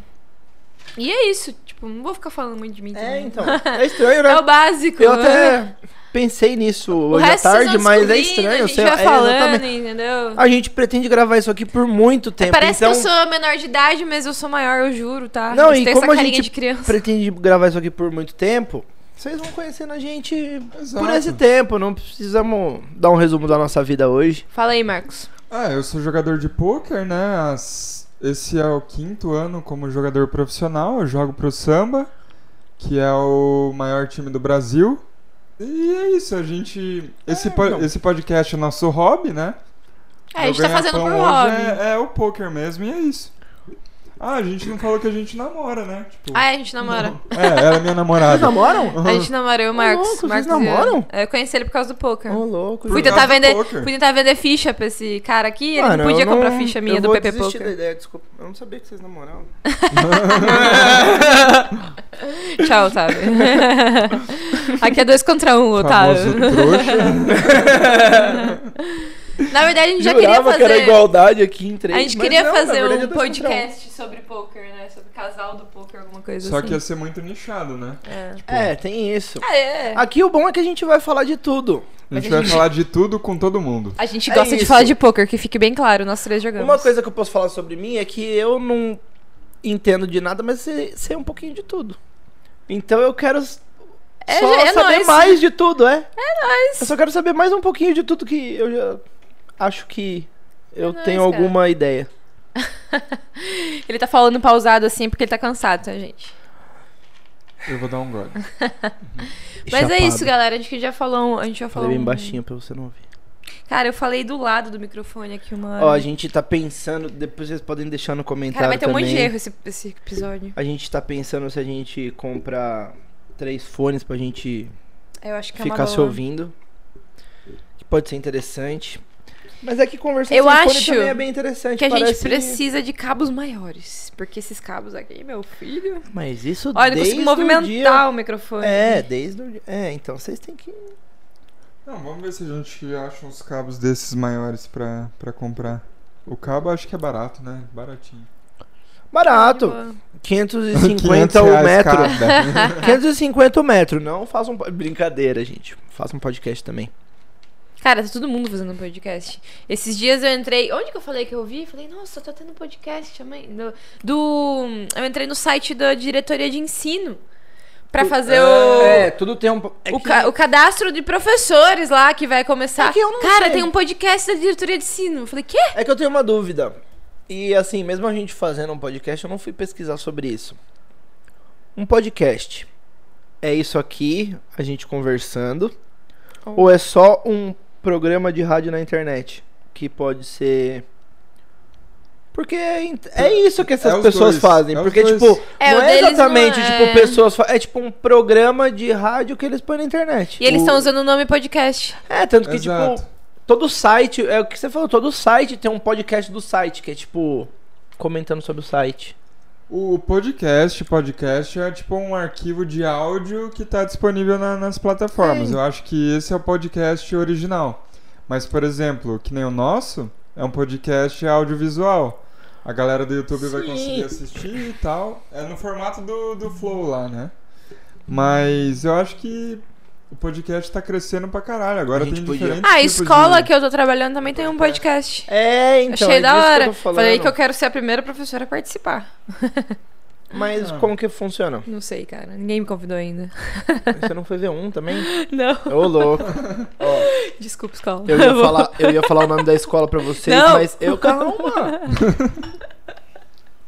S1: E é isso. Tipo, não vou ficar falando muito de mim
S3: É,
S1: também.
S3: então. É estranho, né?
S1: É o básico. né?
S3: Eu até pensei nisso
S1: O
S3: hoje à
S1: resto vocês
S3: tarde,
S1: vão
S3: mas é
S1: descobrindo,
S3: estranho.
S1: A
S3: eu
S1: gente
S3: sei-
S1: vai
S3: é,
S1: falando,
S3: exatamente.
S1: entendeu?
S3: A gente pretende gravar isso aqui por muito tempo.
S1: Parece
S3: então,
S1: que eu sou menor de idade, mas eu sou maior, eu juro, tá?
S3: Não,
S1: eu
S3: e
S1: tenho
S3: como a
S1: essa carinha
S3: gente
S1: de criança.
S3: pretende gravar isso aqui por muito tempo. Vocês vão conhecendo a gente
S2: Exato.
S3: por esse tempo. Não precisamos dar um resumo da nossa vida hoje.
S1: Fala aí, Marcos.
S2: Ah, eu sou jogador de pôquer, né? As- Esse é o quinto ano como jogador profissional. Eu jogo pro Samba, que é o maior time do Brasil. E é isso, a gente. Esse, po-
S3: então.
S2: esse podcast é nosso hobby, né?
S1: É, a
S2: Meu
S1: gente tá fazendo
S2: ganha-pão
S1: por
S2: hoje
S1: hobby.
S2: É, é o poker mesmo, e é isso. Ah, a gente não falou que a gente namora, né? Tipo,
S1: Ah, é, a gente namora.
S2: É, ela é minha namorada.
S3: Vocês namoram?
S1: A gente namora, eu e o Marcos.
S3: louco,
S1: Marcos
S3: vocês
S1: e eu.
S3: namoram?
S1: É, Eu conheci ele por causa do poker.
S3: Ô, louco.
S2: Por
S1: fui,
S3: gente.
S1: tentar
S2: causa do
S1: vender,
S2: poker?
S1: fui tentar vender ficha pra esse cara aqui, ele
S3: Mano,
S1: não podia
S3: eu
S1: comprar ficha minha
S3: Ah, eu
S1: do
S3: vou
S1: PP
S3: desistir da
S1: Poker.
S3: ideia, desculpa. Eu não sabia que vocês namoravam.
S1: Tchau, Otávio. aqui é dois contra um,
S2: Famoso
S1: Otávio.
S2: trouxa.
S1: Na verdade, a gente já queria
S3: Jurava
S1: fazer.
S3: que era igualdade aqui entre
S1: A gente queria fazer um podcast sobre poker, né? Sobre casal do poker, alguma coisa
S2: Só
S1: assim.
S2: que ia ser muito nichado, né?
S1: É.
S3: É, tem isso.
S1: Ah, é.
S3: Aqui o bom é que a gente vai falar de tudo.
S2: A gente vai falar de tudo com todo mundo.
S1: A gente
S3: É
S1: gosta de
S3: isso.
S1: falar de poker, que fique bem claro, nós três jogamos.
S3: Uma coisa que eu posso falar sobre mim é que eu não entendo de nada, mas sei, sei um pouquinho de tudo. Então eu quero s-
S1: É,
S3: só
S1: é
S3: saber
S1: nóis.
S3: mais de tudo, é? É nóis. Eu só quero saber mais um pouquinho de tudo que eu já acho que eu
S1: É nóis,
S3: tenho
S1: cara.
S3: alguma ideia.
S1: Ele tá falando pausado assim porque ele tá cansado, tá, gente?
S2: Eu vou dar um gole.
S1: Mas é
S3: Chapado.
S1: isso, galera. A gente já falou. um- A gente já falou.
S3: Falei bem
S1: um-
S3: baixinho pra você não ouvir.
S1: Cara, eu falei do lado do microfone aqui uma.
S3: Ó, a gente tá pensando, depois vocês podem deixar no comentário
S1: Cara, vai ter um
S3: também.
S1: monte de erro esse, esse episódio.
S3: A gente tá pensando se a gente compra três fones pra gente
S1: Eu acho que é uma
S3: ficar se
S1: boa.
S3: ouvindo. Que pode ser interessante. Mas é que conversar
S1: Eu
S3: sem fone
S1: acho
S3: também é bem interessante.
S1: Que a gente
S3: parece-
S1: precisa de cabos maiores. Porque esses cabos aqui, meu filho.
S3: Mas isso
S1: Olha, eu não
S3: desde
S1: consigo
S3: o
S1: movimentar
S3: dia...
S1: o microfone.
S3: É, desde o dia... É, então vocês têm que...
S2: Não, vamos ver se a gente acha uns cabos desses maiores pra, pra comprar. O cabo acho que é barato, né? Baratinho.
S3: Barato,
S1: Tá Boa.
S3: 550 o
S2: reais
S3: metro.
S2: cada.
S3: 550 o metro, não faça um... po- Brincadeira, gente. Faça um podcast também.
S1: Cara, tá todo mundo fazendo um podcast. Esses dias eu entrei. Onde que eu falei que eu vi? Falei, nossa, tá tendo podcast também. Do, do- Eu entrei no site da diretoria de ensino pra fazer o.
S3: É, tudo tem um... É
S1: o,
S3: que-
S1: ca- o cadastro de professores lá que vai começar.
S3: É que eu não
S1: Cara,
S3: sei.
S1: tem um podcast da diretoria de ensino. Eu falei, quê?
S3: É que eu tenho uma dúvida. E assim, mesmo a gente fazendo um podcast, eu não fui pesquisar sobre isso. Um podcast é isso aqui, a gente conversando, ou é só um programa de rádio na internet que pode ser porque é in- é isso que essas
S2: É os
S3: pessoas
S2: dois,
S3: fazem,
S2: é os
S3: porque
S2: dois.
S3: tipo,
S1: É,
S3: não
S1: o
S3: é
S1: deles não
S3: exatamente
S1: é.
S3: tipo pessoas, fa- é tipo um programa de rádio que eles põem na internet.
S1: E eles
S3: O-
S1: estão usando o nome podcast.
S3: É, tanto que
S2: Exato.
S3: tipo Todo site, é o que você falou, todo site tem um podcast do site, que é tipo, comentando sobre o site.
S2: O podcast, podcast é tipo um arquivo de áudio que tá disponível na- nas plataformas. Eu acho que esse é o podcast original. Mas, por exemplo, que nem o nosso, é um podcast audiovisual. A galera do YouTube vai
S3: Sim.
S2: conseguir assistir e tal. É no formato do, do Flow lá, né? Mas eu acho que o podcast tá crescendo pra caralho. Agora
S3: A gente
S2: tem
S3: podia-
S2: diferentes
S1: Ah, a
S2: tipos
S1: escola
S2: de...
S1: que eu tô trabalhando também tem um podcast.
S3: É, então,
S1: Achei
S3: é
S1: da
S3: disso
S1: hora.
S3: que eu tô falando.
S1: Falei que eu quero ser a primeira professora a participar.
S3: Mas
S2: Ah.
S3: como que funciona?
S1: Não sei, cara. Ninguém me convidou ainda.
S3: Você não foi ver um também?
S1: Não.
S3: Ô, louco. Ó,
S1: Desculpa, escola.
S3: eu, ia falar, eu ia falar o nome da escola pra vocês,
S1: Não.
S3: mas eu... Calma!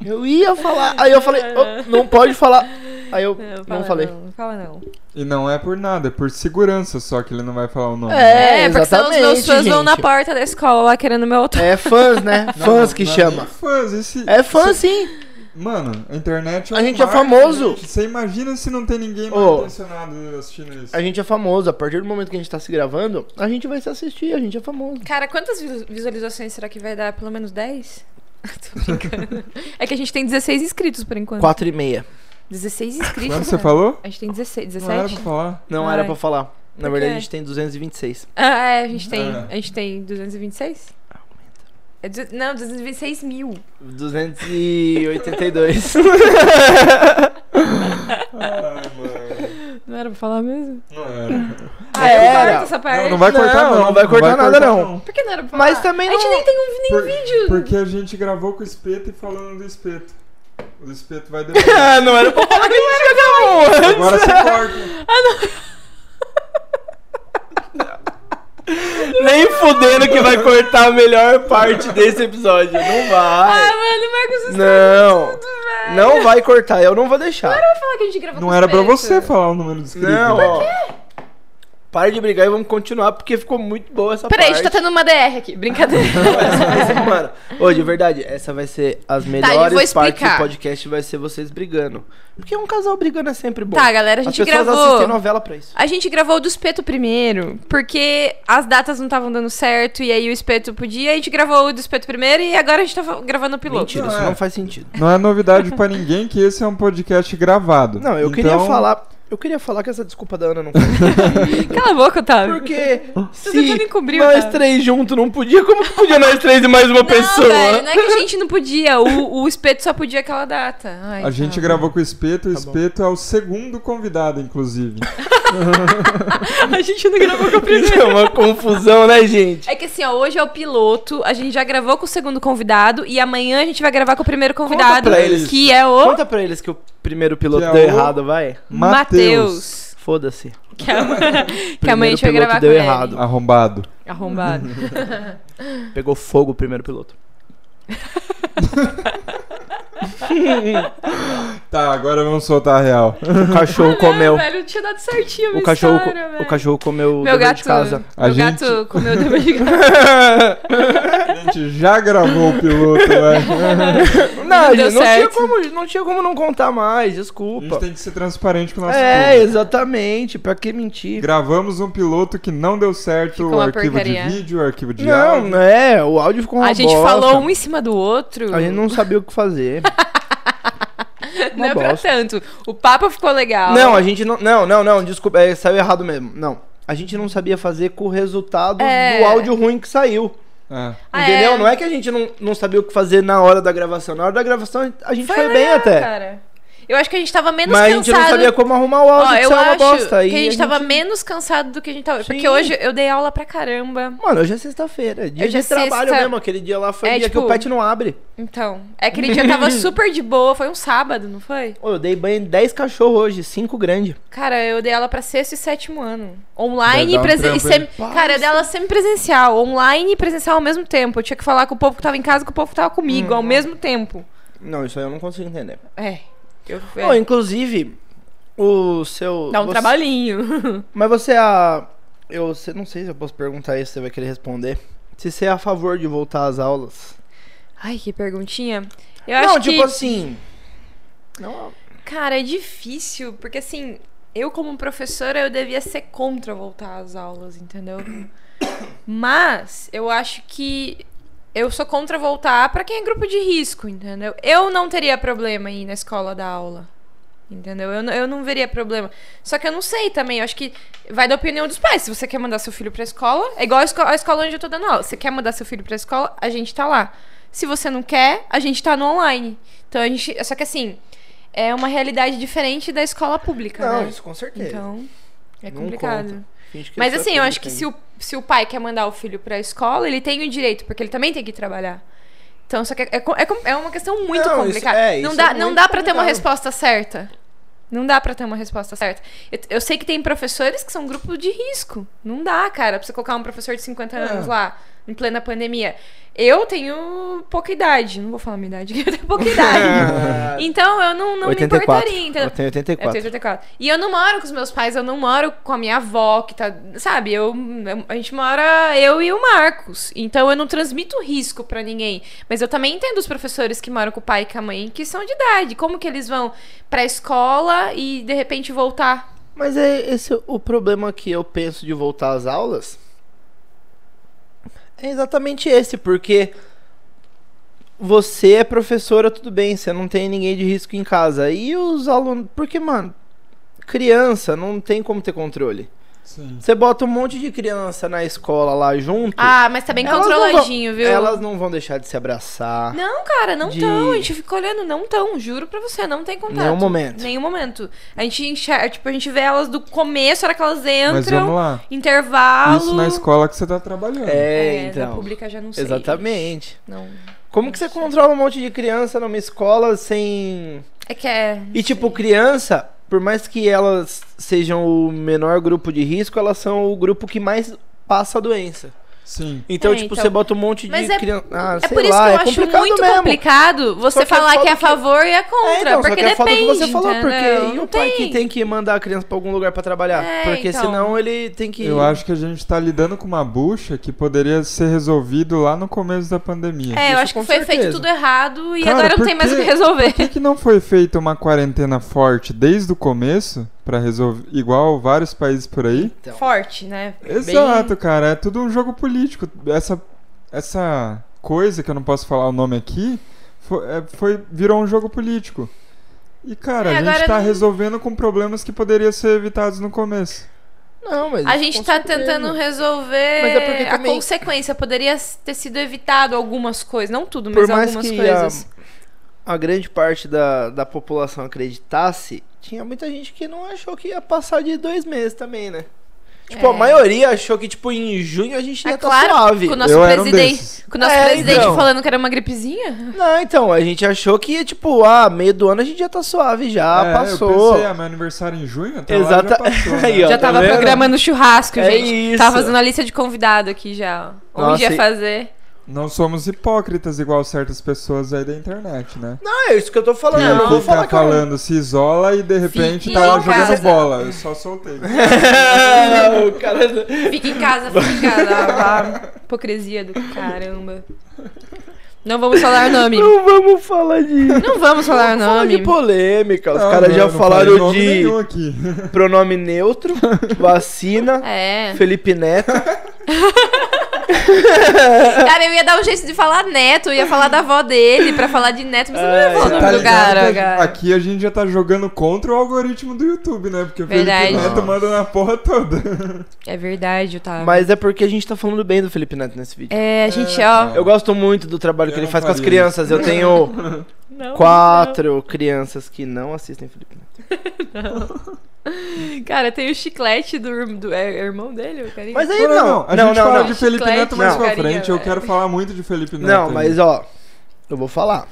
S3: Eu ia falar, aí eu falei, "Ô, não "Oh, pode falar. Aí eu
S1: Não,
S3: não,
S1: fala
S3: falei.
S1: Não, não fala não.
S2: E não é por nada, é por segurança só que ele não vai falar o nome.
S1: É, porque senão os meus fãs vão na
S3: gente.
S1: porta da escola lá querendo meu autógrafo.
S3: É fãs, né?
S2: Não,
S3: fãs
S2: não,
S3: que
S2: não é
S3: chama.
S2: nem Fãs, esse.
S3: É fã, sim.
S2: Mano, a internet.
S3: A
S2: um
S3: gente é
S2: marketing,
S3: famoso.
S2: gente. Você imagina se não tem ninguém mal
S3: Ô.
S2: intencionado assistindo isso.
S3: A gente é famoso. A partir do momento que a gente tá se gravando, a gente vai se assistir. A gente é famoso.
S1: Cara, quantas visu- visualizações será que vai dar? Pelo menos 10? Tô brincando. é que a gente tem 16 inscritos por enquanto.
S3: Quatro e meia.
S1: 16 inscritos.
S3: é
S2: Quando você
S1: mano.
S2: falou?
S1: A gente tem 16,
S2: Não era pra
S1: 17?
S2: falar.
S3: Não
S1: Ai.
S3: era pra falar. Na
S1: Por
S3: verdade,
S1: quê?
S3: a gente tem 226.
S1: Ah, é, a gente tem.
S2: Ah.
S1: A gente tem 226? É duze- não, 226 mil.
S3: 282.
S2: Ai, Ah, mano.
S1: Não era pra falar mesmo?
S2: Não era.
S1: Ah,
S3: era.
S1: corta essa parte.
S2: Não, não vai cortar,
S3: É. Não,
S2: não.
S3: não vai cortar nada, não.
S1: Por que não era pra falar?
S3: Mas também
S1: A gente
S3: não-
S1: nem tem um, nem
S2: Por-
S1: vídeo.
S2: Porque a gente gravou com o espeto e falando do espeto. O do espeto vai depois.
S3: Ah, não era pra falar que a gente já gravou
S2: Agora
S3: antes.
S2: você corta.
S3: Nem fudendo que vai cortar a melhor parte desse episódio. Não
S1: Ah,
S3: vai.
S1: mano, Marcos, você
S3: Não.
S1: tá tudo, velho.
S3: Não vai cortar, eu não vou deixar.
S1: Agora eu vou falar que a gente gravou
S2: Não
S1: com
S2: era pra
S1: espeto.
S2: você falar o número do escrito.
S3: Não,
S2: né?
S3: ó. Para de brigar e vamos continuar, porque ficou muito boa essa
S1: Peraí, a
S3: parte.
S1: gente tá tendo uma DR aqui. Brincadeira.
S3: Essa vai ser, mano, ô, de verdade, essa vai ser as
S1: Tá, eu vou
S3: melhores partes
S1: explicar.
S3: do podcast, vai ser vocês brigando. Porque um casal brigando é sempre bom.
S1: Tá, galera, a gente
S3: As pessoas
S1: gravou. Ah,
S3: assistem novela pra isso.
S1: A gente gravou o do espeto primeiro, porque as datas não estavam dando certo, e aí o espeto podia, a gente gravou o do espeto primeiro e agora a gente tá fa- gravando o piloto.
S3: Mentira,
S2: Não
S3: isso
S2: é.
S3: não faz sentido.
S2: Não é novidade pra ninguém que esse é um podcast gravado.
S3: Não, eu
S2: Então,
S3: queria falar... Eu queria falar que essa desculpa da Ana não foi.
S1: Cala a boca, Otávio.
S3: Porque
S1: tentando
S3: se
S1: encobrir,
S3: nós
S1: Otávio.
S3: três juntos não podia, como que podia nós três e mais uma pessoa?
S1: velho, não é que a gente não podia, o, o espeto só podia aquela data. Ai,
S2: A
S1: tá.
S2: gente gravou com o Espeto, o
S3: Tá bom.
S2: Espeto é o segundo convidado, inclusive.
S1: A gente não gravou com o primeiro.
S3: Isso é uma confusão, né, gente?
S1: É que assim, ó, hoje é o piloto, a gente já gravou com o segundo convidado e amanhã a gente vai gravar com o primeiro convidado,
S3: pra eles.
S1: que é o
S3: Conta pra eles que o primeiro piloto
S2: Que é
S3: deu
S2: o-
S3: errado, vai.
S2: Matheus.
S1: Matheus.
S3: Foda-se.
S1: Que, amanhã- que
S3: Primeiro
S1: amanhã a gente vai
S3: piloto
S1: gravar
S3: deu
S1: com
S3: errado.
S2: Arrombado.
S1: ele. Arrombado.
S3: Pegou fogo o primeiro piloto.
S2: Tá, agora vamos soltar a real.
S3: O cachorro comeu.
S1: Não, velho, eu tinha dado certinho a minha
S3: O cachorro,
S1: história,
S3: co-
S1: velho.
S3: o cachorro comeu o
S1: Meu
S3: dever
S1: gato,
S3: de casa.
S2: A
S1: meu
S2: gente-
S1: gato comeu o dever de casa.
S2: A gente já gravou o piloto, é. velho.
S3: Não,
S1: deu
S3: gente, não tinha,
S1: certo.
S3: como, não tinha como não contar mais,
S2: A gente
S3: desculpa.
S2: tem que ser transparente com o nosso
S3: É,
S2: público.
S3: exatamente, pra que mentir?
S2: Gravamos um piloto que não deu certo,
S1: Ficou
S2: o
S1: uma
S2: arquivo
S1: porcaria.
S2: de vídeo, o arquivo de
S3: Não,
S2: áudio.
S3: não é, o áudio ficou uma
S1: A gente
S3: bosta.
S1: falou um em cima do outro.
S3: A gente não sabia o que fazer.
S1: Não é
S3: uma
S1: pra
S3: bosta.
S1: tanto. O papo ficou legal.
S3: Não, a gente não... Não, não, não, desculpa, é, saiu errado mesmo. Não, a gente não sabia fazer com o resultado
S1: É.
S3: do áudio ruim que saiu.
S2: É.
S1: Ah,
S3: entendeu?
S1: é.
S3: Não é que a gente não, não sabia o que fazer na hora da gravação. Na hora da gravação a gente foi, bem
S1: legal,
S3: até.
S1: Cara. Eu acho que a gente tava menos
S3: Mas a
S1: cansado.
S3: gente não sabia como arrumar o áudio,
S1: Ó,
S3: que
S1: eu
S3: saiu uma
S1: acho
S3: bosta.
S1: que
S3: e
S1: a gente tava menos cansado do que a gente tava. Porque
S3: Sim.
S1: hoje eu dei aula pra caramba.
S3: Mano, hoje é sexta-feira. Dia
S1: Hoje
S3: de
S1: é
S3: trabalho
S1: sexta.
S3: mesmo. Aquele dia lá foi o
S1: É,
S3: dia
S1: tipo-
S3: que o pet não abre.
S1: Então, é aquele dia eu tava super de boa. Foi um sábado, não foi?
S3: Ô, eu dei banho em 10 cachorros hoje, 5 grande.
S1: Cara, eu dei aula pra sexto e sétimo ano. Online e
S2: Deve dar um
S1: presen- e
S2: trampo, hein?
S1: semi- Cara, eu dei aula semipresencial. Online e presencial ao mesmo tempo. Eu tinha que falar com o povo que tava em casa e com o povo que tava comigo
S3: Hum.
S1: ao mesmo tempo.
S3: Não, isso aí eu não consigo entender.
S1: É. Eu, é.
S3: Ô, inclusive, o seu.
S1: Dá um
S3: então, você-
S1: trabalhinho.
S3: Mas você é a. Eu você- não sei se eu posso perguntar isso, você vai querer responder. Se você é a favor de voltar às aulas.
S1: Ai, que perguntinha. Eu
S3: não,
S1: acho
S3: tipo
S1: que.
S3: assim. Não,
S1: Cara, é difícil, porque assim, eu como professora, eu devia ser contra voltar às aulas, entendeu? Mas eu acho que eu sou contra voltar pra quem é grupo de risco, entendeu? Eu não teria problema em ir na escola da aula. Entendeu? Eu, n- eu não veria problema. Só que eu não sei também. Eu acho que vai da opinião dos pais. Se você quer mandar seu filho pra escola, é igual a, esco- a escola onde eu tô dando aula. Você quer mandar seu filho pra escola, a gente tá lá. Se você não quer, a gente tá no online. Então a gente. Só que assim, é uma realidade diferente da escola pública,
S3: não,
S1: né?
S3: isso com certeza.
S1: Então, é
S3: Não
S1: complicado.
S3: conta. Finge que
S1: Mas
S3: isso é
S1: assim, eu acho que
S3: público
S1: se o, se o pai quer mandar o filho pra escola, ele tem o direito, porque ele também tem que trabalhar. Então, só que é, é co- é com- é uma questão muito
S3: Não, isso-
S1: complicada.
S3: é,
S1: não
S3: isso
S1: dá,
S3: é
S1: não
S3: muito
S1: dá para ter uma
S3: complicado.
S1: resposta certa. Não dá pra ter uma resposta certa. Eu, eu
S3: É.
S1: sei que tem professores que são um grupo de risco. Não dá, cara, pra você colocar um professor de 50 anos lá. em plena pandemia. Eu tenho pouca idade, não vou falar minha idade, eu tenho pouca
S3: É.
S1: idade. então eu não, não me
S3: 84.
S1: importaria,
S3: Eu
S1: entendeu?
S3: tenho 84.
S1: Eu tenho 84. E eu não moro com os meus pais, eu não moro com a minha avó, que tá. Sabe, eu, eu- a gente mora eu e o Marcos. Então eu não transmito risco pra ninguém. Mas eu também entendo os professores que moram com o pai e com a mãe, que são de idade. Como que eles vão pra escola e de repente voltar?
S3: Mas é esse o problema que eu penso de voltar às aulas. É exatamente esse, porque você é professora, tudo bem, você não tem ninguém de risco em casa. E os alunos, porque mano, criança não tem como ter controle.
S2: Sim.
S3: Você bota um monte de criança na escola lá junto.
S1: Ah, mas tá bem
S3: elas não
S1: controladinho,
S3: vão-
S1: viu?
S3: Elas não vão deixar de se abraçar.
S1: Não, cara, não
S3: De-
S1: tão. A gente fica olhando, não tão. Juro pra você, não tá tem contato.
S3: Nenhum momento.
S1: Nenhum momento. A gente enxerga, tipo, a gente vê elas do começo, a hora que elas
S2: Mas vamos
S1: entram,
S2: lá.
S1: intervalo.
S2: Isso na escola que você tá trabalhando.
S3: É,
S1: É,
S3: então.
S1: Na pública já não sei.
S3: Exatamente.
S1: Não.
S3: Como que você controla um monte de criança numa escola sem
S1: É que é.
S3: E tipo, criança, por mais que elas sejam o menor grupo de risco, elas são o grupo que mais passa a doença.
S2: Sim.
S3: Então,
S1: É,
S3: tipo,
S1: então.
S3: você bota um monte de
S1: Mas é-
S3: criança. Ah,
S1: é
S3: sei
S1: por isso
S3: lá,
S1: que eu
S3: é
S1: acho
S3: complicado
S1: muito
S3: mesmo.
S1: complicado você
S3: Só que é
S1: falar que é a
S3: foda que-
S1: favor e é contra.
S3: É, então, só
S1: porque
S3: que é foda
S1: depende.
S3: que você falou,
S1: entendeu?
S3: porque e
S1: não
S3: o pai
S1: tem.
S3: que tem que mandar a criança pra algum lugar pra trabalhar?
S1: É,
S3: porque
S1: então.
S3: senão ele tem que.
S2: Eu acho que a gente tá lidando com uma bucha que poderia ser resolvido lá no começo da pandemia.
S1: É, eu
S3: Isso
S1: acho que
S3: com
S1: foi feito
S3: certeza.
S1: tudo errado e
S2: Cara,
S1: agora não
S2: por
S1: tem mais o que
S2: quê?
S1: resolver.
S2: Por que, que não foi feita uma quarentena forte desde o começo para resolver, igual vários países por aí?
S3: Então.
S1: Forte, né?
S2: Exato, cara, é tudo um jogo político. Essa essa coisa que eu não posso falar o nome aqui fo- é, foi, virou um jogo político. E cara,
S1: É,
S2: a gente
S1: agora
S2: tá
S1: não-
S2: resolvendo com problemas que poderiam ser evitados no começo.
S3: Não, mas.
S1: A gente
S3: com
S1: tá
S3: certeza.
S1: tentando resolver
S3: Mas é porque
S1: a
S3: também-
S1: consequência. Poderia ter sido evitado algumas coisas. Não tudo, mas
S3: Por mais
S1: algumas
S3: que
S1: coisas. É
S3: a, a grande parte da, da população acreditasse, tinha muita gente que não achou que ia passar de dois meses também, né? Tipo,
S1: É.
S3: a maioria achou que, tipo, em junho a gente ia
S1: É
S3: estar
S1: claro,
S3: tá suave.
S1: com o nosso
S2: eu era um
S1: presidente,
S2: desses.
S1: com o nosso
S3: É,
S1: presidente
S3: então.
S1: falando que era uma gripezinha.
S3: Não, então, a gente achou que ia, tipo, ah, meio do ano a gente já tá suave já,
S2: é, Eu
S3: passou.
S2: pensei, ah, meu aniversário em junho, tá
S3: Exata-
S2: lá, já passou, né?
S3: Aí, ó.
S1: já
S3: tá
S1: tava
S3: vendo?
S1: programando churrasco,
S3: É
S1: gente.
S3: isso.
S1: Tava fazendo a lista de convidado aqui já. ó. Onde
S3: Nossa,
S1: ia
S3: e-
S1: fazer.
S2: Não somos hipócritas igual certas pessoas aí da internet, né?
S3: Ah, é isso que eu tô falando. eu
S2: Que
S3: não vou
S2: fica
S3: falar que eu não-
S2: tá falando, se isola e de repente
S1: Fique
S2: tá lá
S1: em
S2: jogando
S1: casa.
S2: bola. Eu só soltei.
S3: Ah, o cara-
S1: Fica em casa, fica em casa. Ah, ah, hipocrisia do caramba. Não vamos falar nome.
S3: Não vamos falar de.
S1: Não vamos falar
S3: Vamos falar de
S1: nome.
S3: polêmica. Os
S2: Não,
S3: caras
S2: não,
S3: já
S2: não falei
S3: falaram
S2: nome
S3: de
S2: nenhum aqui.
S3: pronome neutro, vacina,
S1: É.
S3: Felipe Neto.
S1: Cara, eu ia dar um jeito de falar neto, eu ia falar da avó dele pra falar de neto, mas eu não
S3: É,
S1: ia falar o
S2: Você
S1: nome
S2: tá
S1: do
S2: ligado que
S1: cara,
S2: a-
S1: cara.
S2: Aqui a gente já tá jogando contra o algoritmo do YouTube, né? Porque o
S1: Verdade.
S2: Felipe Neto
S3: Nossa.
S2: manda na porra toda.
S1: É verdade, Otávio.
S3: Mas é porque a gente tá falando bem do Felipe Neto nesse vídeo.
S1: É, a gente, ó.
S3: Eu gosto muito do trabalho
S2: Eu
S3: que ele
S2: não
S3: faz com as
S2: faria
S3: crianças. Eu tenho
S1: Não,
S3: quatro crianças que não assistem Felipe Neto.
S1: não. Cara, tem o chiclete do, irm- do é, é irmão dele, o carinha.
S3: Mas aí
S2: não, não, não. A gente fala de
S1: não.
S2: Felipe Neto mais
S1: Chiclete,
S2: pra
S1: não.
S2: frente. Eu
S1: Carinha,
S2: quero falar muito de Felipe Neto.
S3: Não,
S2: aí.
S3: mas é ó, eu vou falar.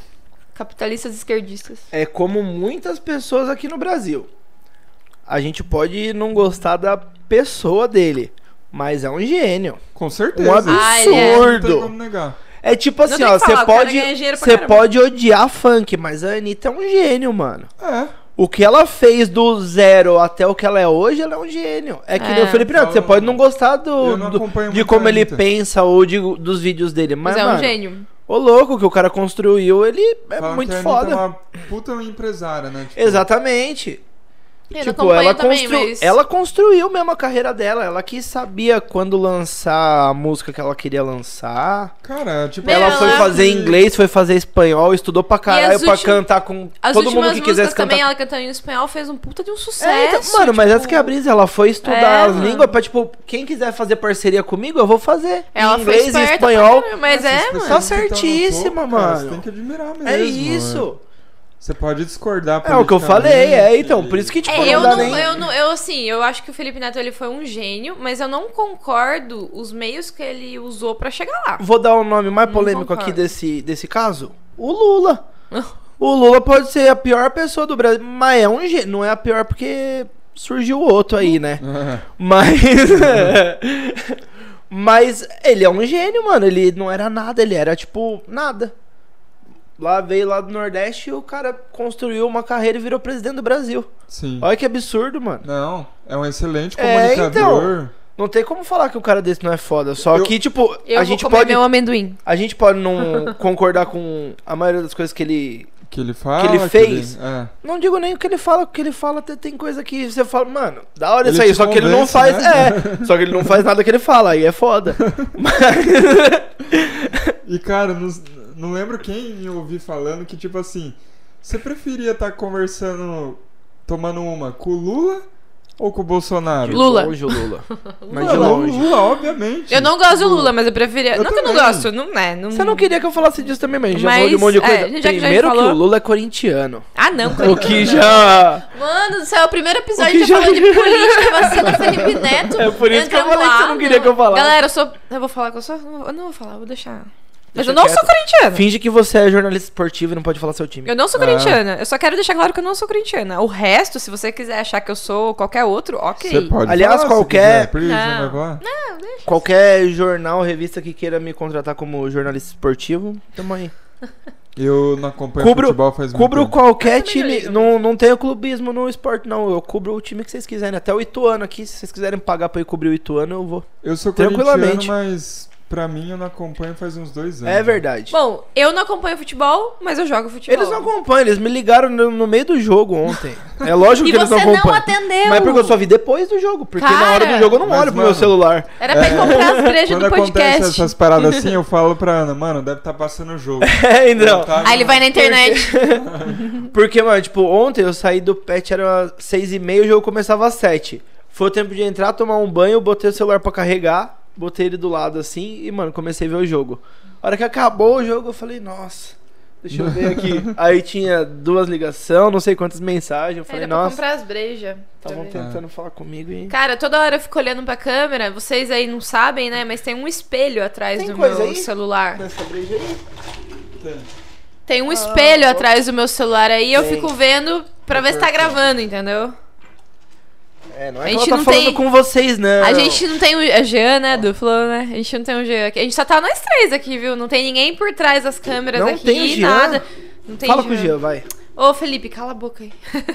S1: Capitalistas esquerdistas.
S3: É como muitas pessoas aqui no Brasil. A gente pode não gostar da pessoa dele, mas é um gênio.
S2: Com certeza.
S3: Um
S1: Ah, ele é.
S2: Não tem como
S3: absurdo.
S2: negar.
S3: É tipo assim,
S1: tem
S3: ó,
S1: que falar,
S3: você
S1: o cara
S3: pode,
S1: ganha dinheiro pra
S3: você
S1: caramba.
S3: pode odiar funk, mas a Anitta é um gênio, mano.
S2: É.
S3: O que ela fez do zero até o que ela é hoje, ela é um gênio. É que
S1: É.
S3: nem o Felipe Neto, você
S2: Eu-
S3: pode não gostar do,
S2: eu não
S3: do-
S2: acompanho
S3: de
S2: muito
S3: como
S2: a
S3: ele
S2: Anitta.
S3: pensa ou de- dos vídeos dele, mas,
S1: Mas, é um
S3: mano,
S1: gênio.
S3: o louco que o cara construiu, ele é
S2: Falam
S3: muito
S2: que a Anitta
S3: foda.
S2: É uma puta empresária, né? Tipo,
S3: Exatamente.
S1: Eu não
S3: tipo,
S1: acompanho
S3: ela,
S1: também,
S3: constru-
S1: mas...
S3: ela construiu mesmo a carreira dela. Ela que sabia quando lançar a música que ela queria lançar.
S2: Cara, tipo,
S1: Meu,
S3: ela foi
S1: ela-
S3: fazer inglês, foi fazer espanhol, estudou pra caralho
S1: as
S3: pra
S1: últimas-
S3: cantar com
S1: As
S3: todo
S1: últimas
S3: mundo que
S1: músicas
S3: quisesse cantar.
S1: também, ela cantando em espanhol, fez um puta de um sucesso. tipo,
S3: É, então, mano, mas essa que é a brisa, ela foi
S1: É,
S3: estudar as
S1: mano.
S3: línguas pra, tipo, quem quiser fazer parceria comigo, eu vou fazer. Em
S1: Ela foi
S3: inglês e
S1: esperta pra
S3: espanhol.
S1: caramba, Mas
S2: essas
S1: é,
S2: pessoas
S1: mano.
S2: que tão no topo,
S3: certíssima,
S2: cara,
S3: mano.
S2: Você tem que admirar mesmo.
S3: É isso.
S2: Você pode discordar
S3: É o que eu falei,
S2: Uhum.
S3: é, então, por isso que, tipo,
S1: É, eu,
S3: não dá
S1: não,
S3: nem...
S1: eu não, eu assim, eu acho que o Felipe Neto ele foi um gênio, mas eu não concordo os meios que ele usou pra chegar lá.
S3: Vou dar um nome mais
S1: Não
S3: polêmico
S1: concordo.
S3: aqui desse, desse caso. O Lula. O Lula pode ser a pior pessoa do Brasil, mas é um gênio. Não é a pior
S2: É,
S3: porque surgiu outro aí, né?
S2: que.
S3: Mas. Mas ele é um gênio, mano. Ele não era nada, ele era tipo nada. Lá veio lá do Nordeste e o cara construiu uma carreira e virou presidente do Brasil.
S2: Sim.
S3: Olha que absurdo, mano.
S2: Não, é um excelente
S3: É, então.
S2: comunicador.
S3: Não tem como falar que um cara desse não é foda. Só
S2: Eu-
S3: que, tipo,
S1: Eu
S3: a
S1: vou
S3: gente
S1: comer
S3: pode.
S1: meu amendoim.
S3: A gente pode não concordar com a maioria das coisas que ele.
S2: que ele fala.
S3: Que ele fez.
S2: ele- é.
S3: Não digo nem o que ele fala, o que ele fala até tem coisa que você fala, mano, da hora
S2: Ele
S3: isso aí.
S2: te
S3: Só que ele não
S2: convence,
S3: faz.
S2: né?
S3: É. Só que ele não faz nada que ele fala, aí é foda.
S2: E cara, não, não lembro quem eu ouvi falando que, tipo assim, você preferia estar conversando, tomando uma com o Lula ou com o Bolsonaro?
S1: Lula.
S3: Longe, o Lula. Mas de
S2: Lula,
S3: longe.
S2: Lula, obviamente.
S1: Eu não gosto do Lula, mas eu preferia.
S2: Eu
S1: não que eu não
S2: também.
S1: gosto, não é. Não...
S3: Hum. Você não queria que eu falasse disso também, mas a gente já falou de um
S1: Mas,
S3: monte de
S1: é,
S3: coisa.
S1: a gente já- já
S3: Primeiro que
S1: falou.
S3: o Lula é corintiano.
S1: Ah, não.
S3: O
S1: coitado.
S3: que já.
S1: Mano do céu, é o primeiro
S3: O
S1: episódio
S3: que
S1: já,
S3: já-
S1: falou de política, vacina, Felipe Neto.
S3: É por isso que eu
S1: entramos
S3: falei que
S1: lá.
S3: você não queria que eu falasse.
S1: né? Galera, eu sou. Eu vou falar que eu sou. Eu não vou falar, eu vou deixar. Mas
S3: Deixa
S1: eu não
S3: quieto.
S1: sou corintiana.
S3: Finge que você é jornalista esportivo e não pode falar seu time.
S1: Eu não sou
S2: Ah.
S1: corintiana. Eu só quero deixar claro que eu não sou corintiana. O resto, se você quiser achar que eu sou qualquer outro, ok.
S2: Você pode
S3: Aliás,
S2: falar se
S3: qualquer-
S2: quiser, por isso,
S1: Não.
S2: vai falar?
S3: Qualquer jornal, revista que queira me contratar como jornalista esportivo, tamo aí.
S2: Eu não acompanho
S3: Cubro-
S2: futebol faz muito
S3: Cubro
S2: tempo.
S3: qualquer
S1: Eu também não
S3: time.
S1: ligo,
S3: Não, não tenho clubismo no esporte, não. Eu cubro o time que vocês quiserem. Até o Ituano aqui. Se vocês quiserem pagar pra eu cobrir o Ituano, eu vou.
S2: Eu sou corintiano,
S3: Tranquilamente.
S2: mas pra mim eu não acompanho faz uns dois anos.
S3: É verdade.
S1: Bom, eu não acompanho futebol, mas eu jogo futebol.
S3: Eles não acompanham, eles me ligaram no, no meio do jogo ontem. É lógico
S1: E
S3: que eles
S1: você
S3: não
S1: não,
S3: acompanham.
S1: atendeu.
S3: Mas é porque eu só vi depois do jogo. Porque na hora do
S1: Cara!
S3: jogo eu não
S2: Mas,
S3: olho pro meu
S2: mano,
S3: celular.
S1: Era pra ir comprar as brejas
S2: Quando
S1: do podcast.
S2: acontece essas paradas assim, eu falo pra Ana, mano, deve estar passando o jogo.
S3: É, então.
S2: Tá,
S1: Aí ele vai na internet.
S3: Porque, mano, tipo, ontem eu saí do pet, era seis e meia, o jogo começava às sete. Foi o tempo de entrar, tomar um banho, botei o celular pra carregar, botei ele do lado assim e, mano, comecei a ver o jogo. A hora que acabou o jogo, eu falei, nossa, deixa eu ver aqui. Aí tinha duas ligações, não sei quantas mensagens, eu falei,
S1: Era pra
S3: nossa,
S1: comprar as brejas.
S2: Tá
S1: pra
S3: estavam
S1: ver.
S3: tentando falar comigo e...
S1: Cara, toda hora eu fico olhando pra câmera. Vocês aí não sabem, né? Mas tem um espelho atrás
S3: Tem
S1: do
S3: coisa
S1: meu
S3: aí?
S1: celular.
S3: Essa breja aí.
S1: Tem um espelho
S3: ó.
S1: atrás do meu celular aí. Eu
S3: Ah, Tem.
S1: fico vendo pra ver se tá gravando, entendeu?
S3: É, não
S1: A
S3: é que ela
S1: gente
S3: tá
S1: não
S3: falando
S1: tem-
S3: com vocês, não.
S1: A gente não tem o a Jean, né? Do Flow, né? A gente não tem o Jean aqui. A gente só tá nós três aqui, viu? Não tem ninguém por trás das câmeras
S3: Não
S1: aqui,
S3: tem o Jean.
S1: nada. Não tem né?
S3: Fala com o Jean, vai.
S1: Ô, Felipe, cala a boca aí.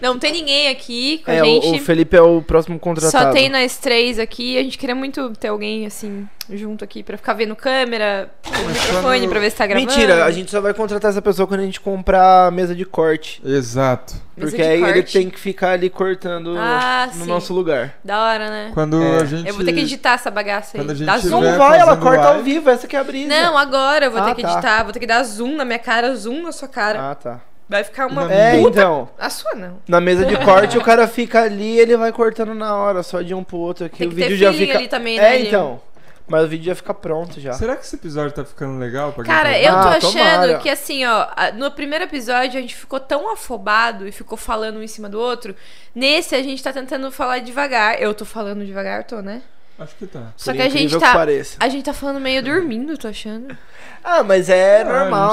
S1: não, não tem ninguém aqui com
S3: É,
S1: a
S3: o-
S1: gente.
S3: o Felipe é o próximo contratado.
S1: Só tem nós três aqui. A gente queria muito ter alguém, assim, junto aqui pra ficar vendo câmera, o microfone,
S2: quando-
S1: pra ver se tá gravando.
S3: Mentira, a gente só vai contratar essa pessoa quando a gente comprar a mesa de corte.
S2: Exato.
S1: Mesa
S3: Porque
S1: é de
S3: aí ele
S1: corte.
S3: tem que ficar ali cortando
S1: Ah,
S3: no
S1: sim.
S3: nosso lugar.
S1: Da hora, né?
S2: Quando
S3: É.
S2: a gente.
S1: Eu vou ter que editar essa bagaça aí.
S2: Quando a gente
S1: Dá
S2: tiver-
S1: zoom.
S3: Não
S2: Tiver
S3: vai, ela
S2: fazendo
S3: corta ao
S2: live.
S3: vivo, essa que é a brisa.
S1: Não, agora eu vou
S3: Ah,
S1: ter que
S3: tá.
S1: editar. Vou ter que dar zoom na minha cara, zoom na sua cara.
S3: Ah, tá.
S1: Vai ficar uma
S3: É,
S1: puta.
S3: então,
S1: A sua não.
S3: na mesa de corte o cara fica ali ele vai cortando na hora, só de um pro outro aqui.
S1: Tem
S3: o
S1: que
S3: vídeo
S1: ter
S3: já
S1: feeling
S3: fica.
S1: ali também, né?
S3: é,
S1: Gil?
S3: então. Mas o vídeo já fica pronto já.
S2: Será que esse episódio tá ficando legal? Pra quem
S1: Cara,
S2: tá
S1: eu tô
S3: Ah,
S1: achando
S3: tomara.
S1: que assim, ó, a- no primeiro episódio a gente ficou tão afobado e ficou falando um em cima do outro. Nesse a gente tá tentando falar devagar. Eu tô falando devagar, tô, né?
S2: vendo? Acho que tá.
S1: Só
S3: Por
S1: que a gente
S3: incrível
S1: tá.
S3: pareça.
S1: A gente tá falando meio dormindo, tô achando.
S3: Ah, mas é normal,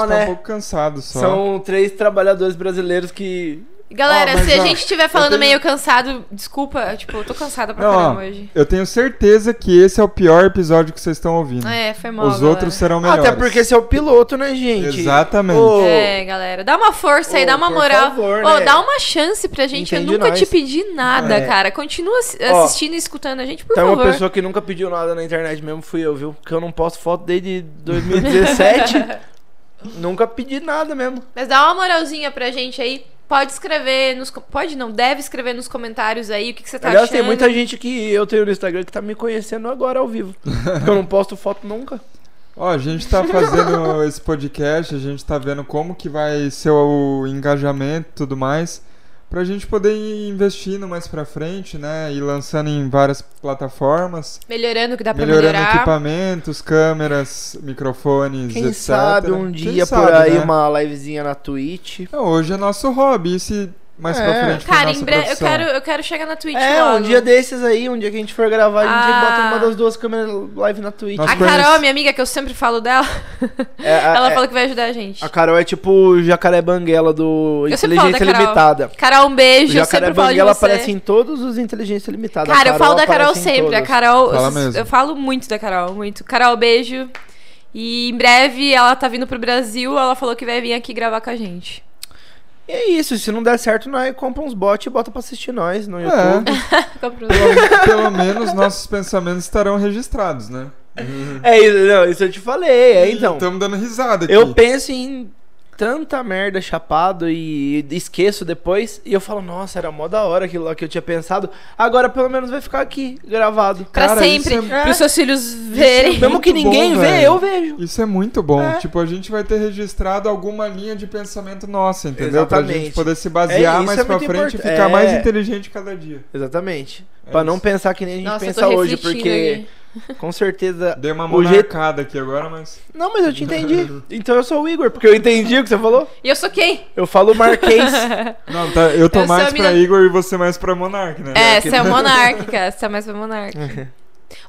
S2: a gente
S3: né?
S2: Tá um pouco cansado só.
S3: São três trabalhadores brasileiros que
S1: Galera,
S2: Ó, mas,
S1: se a
S2: ó,
S1: gente estiver falando
S2: tenho-
S1: meio cansado, desculpa, tipo, eu tô cansada pra
S2: Não, ó,
S1: caramba hoje.
S2: Eu tenho certeza que esse é o pior episódio que vocês estão ouvindo.
S1: É, foi mal.
S2: Os outros serão melhores.
S3: Até porque esse é o piloto, né, gente?
S2: Exatamente.
S3: Ô,
S1: É, galera, dá uma força aí,
S3: Ô,
S1: dá uma
S3: por
S1: moral.
S3: favor,
S1: Ô,
S3: né?
S1: dá uma chance pra gente.
S3: Entende
S1: eu nunca
S3: nós.
S1: te pedi nada,
S3: É.
S1: cara. Continua assi-
S3: Ó,
S1: assistindo e escutando a gente, por
S3: Então, uma
S1: favor.
S3: pessoa que nunca pediu nada na internet mesmo fui eu, viu? Porque eu não posto foto desde 2017. nunca pedi nada mesmo.
S1: Mas dá uma moralzinha pra gente aí. Pode escrever nos. co- Pode não, deve escrever nos comentários aí o que, que você tá
S3: Aliás,
S1: achando.
S3: tem muita gente que eu tenho no Instagram que tá me conhecendo agora ao vivo. Porque eu não posto foto nunca.
S2: Ó, a gente tá fazendo esse podcast, a gente tá vendo como que vai ser o engajamento e tudo mais, pra gente poder ir investindo mais pra frente, né? E lançando em várias plataformas,
S1: Melhorando o que dá pra
S2: melhorando
S1: melhorar.
S2: equipamentos, câmeras, microfones,
S3: Quem
S2: etc.
S3: sabe um
S2: Quem
S3: dia
S2: sabe,
S3: por aí
S2: né?
S3: uma livezinha na Twitch.
S2: Não, hoje é nosso hobby, e se mais
S3: É.
S2: pra frente pra
S1: Cara,
S2: nossa
S1: em bre... eu,
S2: profissão.
S1: quero, eu quero chegar na Twitch
S3: É,
S1: logo.
S3: um dia desses aí, um dia que a gente for gravar, a gente
S1: Ah.
S3: bota uma das duas câmeras live na Twitch.
S2: Nossa,
S1: A
S2: Conhece-
S1: Carol, minha amiga, que eu sempre falo dela,
S3: É, a,
S1: ela
S3: é-
S1: falou que vai ajudar a gente.
S3: a Carol é tipo o jacaré banguela do
S1: Eu sempre falo
S3: Inteligência
S1: da Carol.
S3: Limitada.
S1: Carol, um
S3: O
S1: beijo, eu
S3: jacaré
S1: sempre falo de
S3: banguela
S1: você.
S3: aparece em todos os Inteligência Limitada. A
S1: Cara, eu falo da Carol
S3: aparece em
S1: sempre. A
S3: todas.
S1: Carol.
S2: Fala
S1: eu-
S2: mesmo.
S1: Eu falo muito da Carol, muito. Carol, beijo. E em breve ela tá vindo pro Brasil, ela falou que vai vir aqui gravar com a gente.
S3: E é isso, se não der certo, nós compra uns bots e bota pra assistir nós no
S2: É,
S3: YouTube.
S1: Fica pro-
S2: pelo, pelo menos nossos pensamentos estarão registrados, né?
S3: É, isso, não, isso eu te falei, é então.
S2: Estamos dando risada aqui.
S3: Eu penso em tanta merda chapado e esqueço depois. E eu falo, nossa, era mó da hora aquilo lá que eu tinha pensado. Agora pelo menos vai ficar aqui, gravado.
S1: Pra
S2: Cara, isso
S1: sempre.
S2: é-
S1: Pros seus filhos verem.
S3: Mesmo que
S2: muito bom,
S3: ninguém vê,
S2: velho.
S3: eu vejo.
S2: Isso é muito bom.
S3: É.
S2: Tipo, a gente vai ter registrado alguma linha de pensamento nossa, entendeu? Pra
S3: Exatamente.
S2: gente poder se basear
S3: É, isso
S2: mais
S3: é
S2: pra
S3: muito
S2: frente e
S3: importante.
S2: ficar mais
S3: É.
S2: inteligente cada dia.
S3: Exatamente.
S2: É
S3: pra não
S2: isso.
S3: pensar que nem a gente
S1: Nossa, eu
S3: pensa
S1: tô
S3: hoje,
S1: refletindo
S3: porque
S1: aqui.
S3: com certeza.
S2: Dei uma
S3: O jeito-
S2: monarcada aqui agora, mas.
S3: Não, mas eu te entendi. Então eu sou o Igor, porque eu entendi o que você falou.
S1: E eu sou quem?
S3: Eu falo marquês.
S2: Não, tá, eu tô
S1: Eu sou
S2: mais
S1: a
S2: pra
S1: mina-
S2: Igor e você mais pra Monark, né?
S1: É, você é monárquica. Você é mais uma monárquica.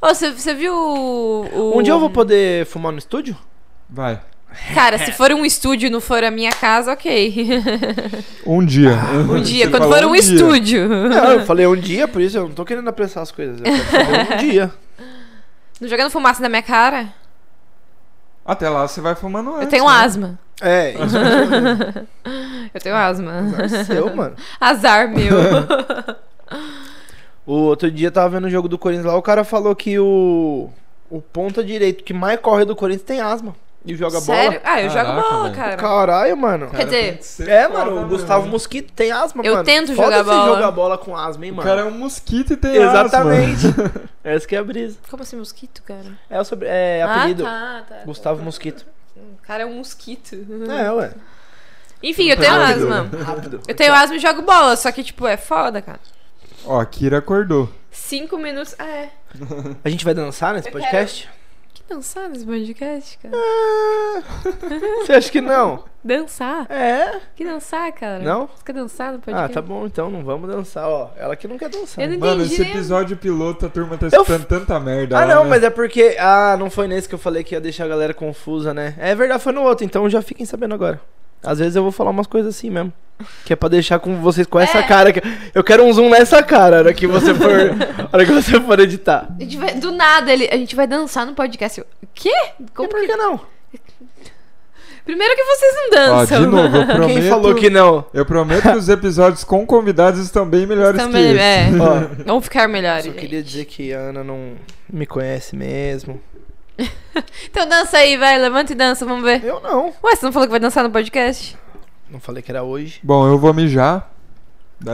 S1: Ô, você- você viu o.
S3: um dia eu vou poder fumar no estúdio?
S2: Vai.
S1: Cara, se for um estúdio e não for a minha casa, ok.
S2: Um dia.
S1: Um dia,
S2: Você
S1: quando
S2: falou
S1: for um,
S2: dia.
S1: estúdio.
S3: Não, eu falei um dia, por isso eu não tô querendo apressar as coisas. Eu quero fazer um dia.
S1: Não jogando fumaça na minha cara,
S2: Até lá você vai fumando
S3: Ah,
S2: antes.
S1: eu tenho
S2: né?
S1: asma.
S3: É, isso é
S1: Eu tenho asma.
S3: seu, mano.
S1: Azar meu.
S3: O outro dia eu tava vendo o jogo do Corinthians lá, o cara falou que o. O ponta direito que mais corre do Corinthians tem asma. E joga
S1: Sério? Ah, eu jogo
S2: Caraca,
S1: bola,
S2: velho.
S1: cara.
S3: bola. Caralho, mano.
S1: Quer dizer,
S2: tem que ser
S3: É,
S2: foda
S3: mano, o
S2: mesmo.
S3: Gustavo Mosquito tem asma,
S1: Eu
S3: mano.
S1: tento
S3: Foda
S1: jogar
S3: se
S1: bola.
S3: jogar bola com asma, hein,
S2: O
S3: mano.
S2: cara é um mosquito e tem asma.
S3: Exatamente. Essa que é a brisa.
S1: Como assim, mosquito, cara?
S3: É o sobre... é, apelido.
S1: Ah, tá, tá.
S3: Gustavo Mosquito.
S1: O cara é um mosquito.
S3: É, ué.
S1: Enfim, eu tenho
S2: Hum. Rápido,
S1: asma.
S3: Rápido.
S1: Eu tenho asma e jogo bola, só que, tipo, é foda, cara.
S2: Ó, a Kira acordou.
S1: Cinco minutos. Ah, é.
S3: A gente vai dançar nesse
S1: Eu
S3: podcast?
S1: Que dançar nesse podcast, cara?
S2: Ah.
S3: Você acha que não?
S1: Dançar?
S3: É?
S1: Que dançar, cara?
S3: Não?
S1: Você quer dançar no podcast?
S3: Ah, tá bom, então não vamos dançar, ó. Ela que não quer dançar.
S1: Eu não
S2: Mano,
S1: entendi.
S2: esse
S1: né?
S2: episódio piloto, a turma tá
S3: Eu-
S2: escutando tanta merda.
S3: Ah,
S2: lá,
S3: não,
S2: né?
S3: mas é porque. Ah, não foi nesse que eu falei que ia deixar a galera confusa, né? É verdade, foi no outro, então já fiquem sabendo agora. Às vezes eu vou falar umas coisas assim mesmo. Que é pra deixar com vocês com essa
S1: É.
S3: cara. Que... Eu quero um zoom nessa cara, a hora que você for. a hora que você for editar.
S1: A gente vai- do nada, ele, a gente vai dançar no podcast. Eu, O quê? Como
S3: E por
S1: que...
S3: que não?
S1: Primeiro que vocês não
S3: é
S2: Ó,
S3: Ah,
S1: dançam.
S2: de novo, eu prometo.
S3: Quem falou que não?
S2: Eu prometo que os episódios com convidados estão bem melhores que
S1: Também,
S2: esse.
S1: é.
S3: Ó,
S1: Vão ficar melhores.
S3: só
S1: gente.
S3: queria dizer que a Ana não me conhece mesmo.
S1: Então dança aí, vai, levanta e dança, vamos ver.
S3: Eu não.
S1: Ué, você não falou que vai dançar no podcast?
S3: Não falei que era hoje.
S2: Bom, eu vou mijar. Dá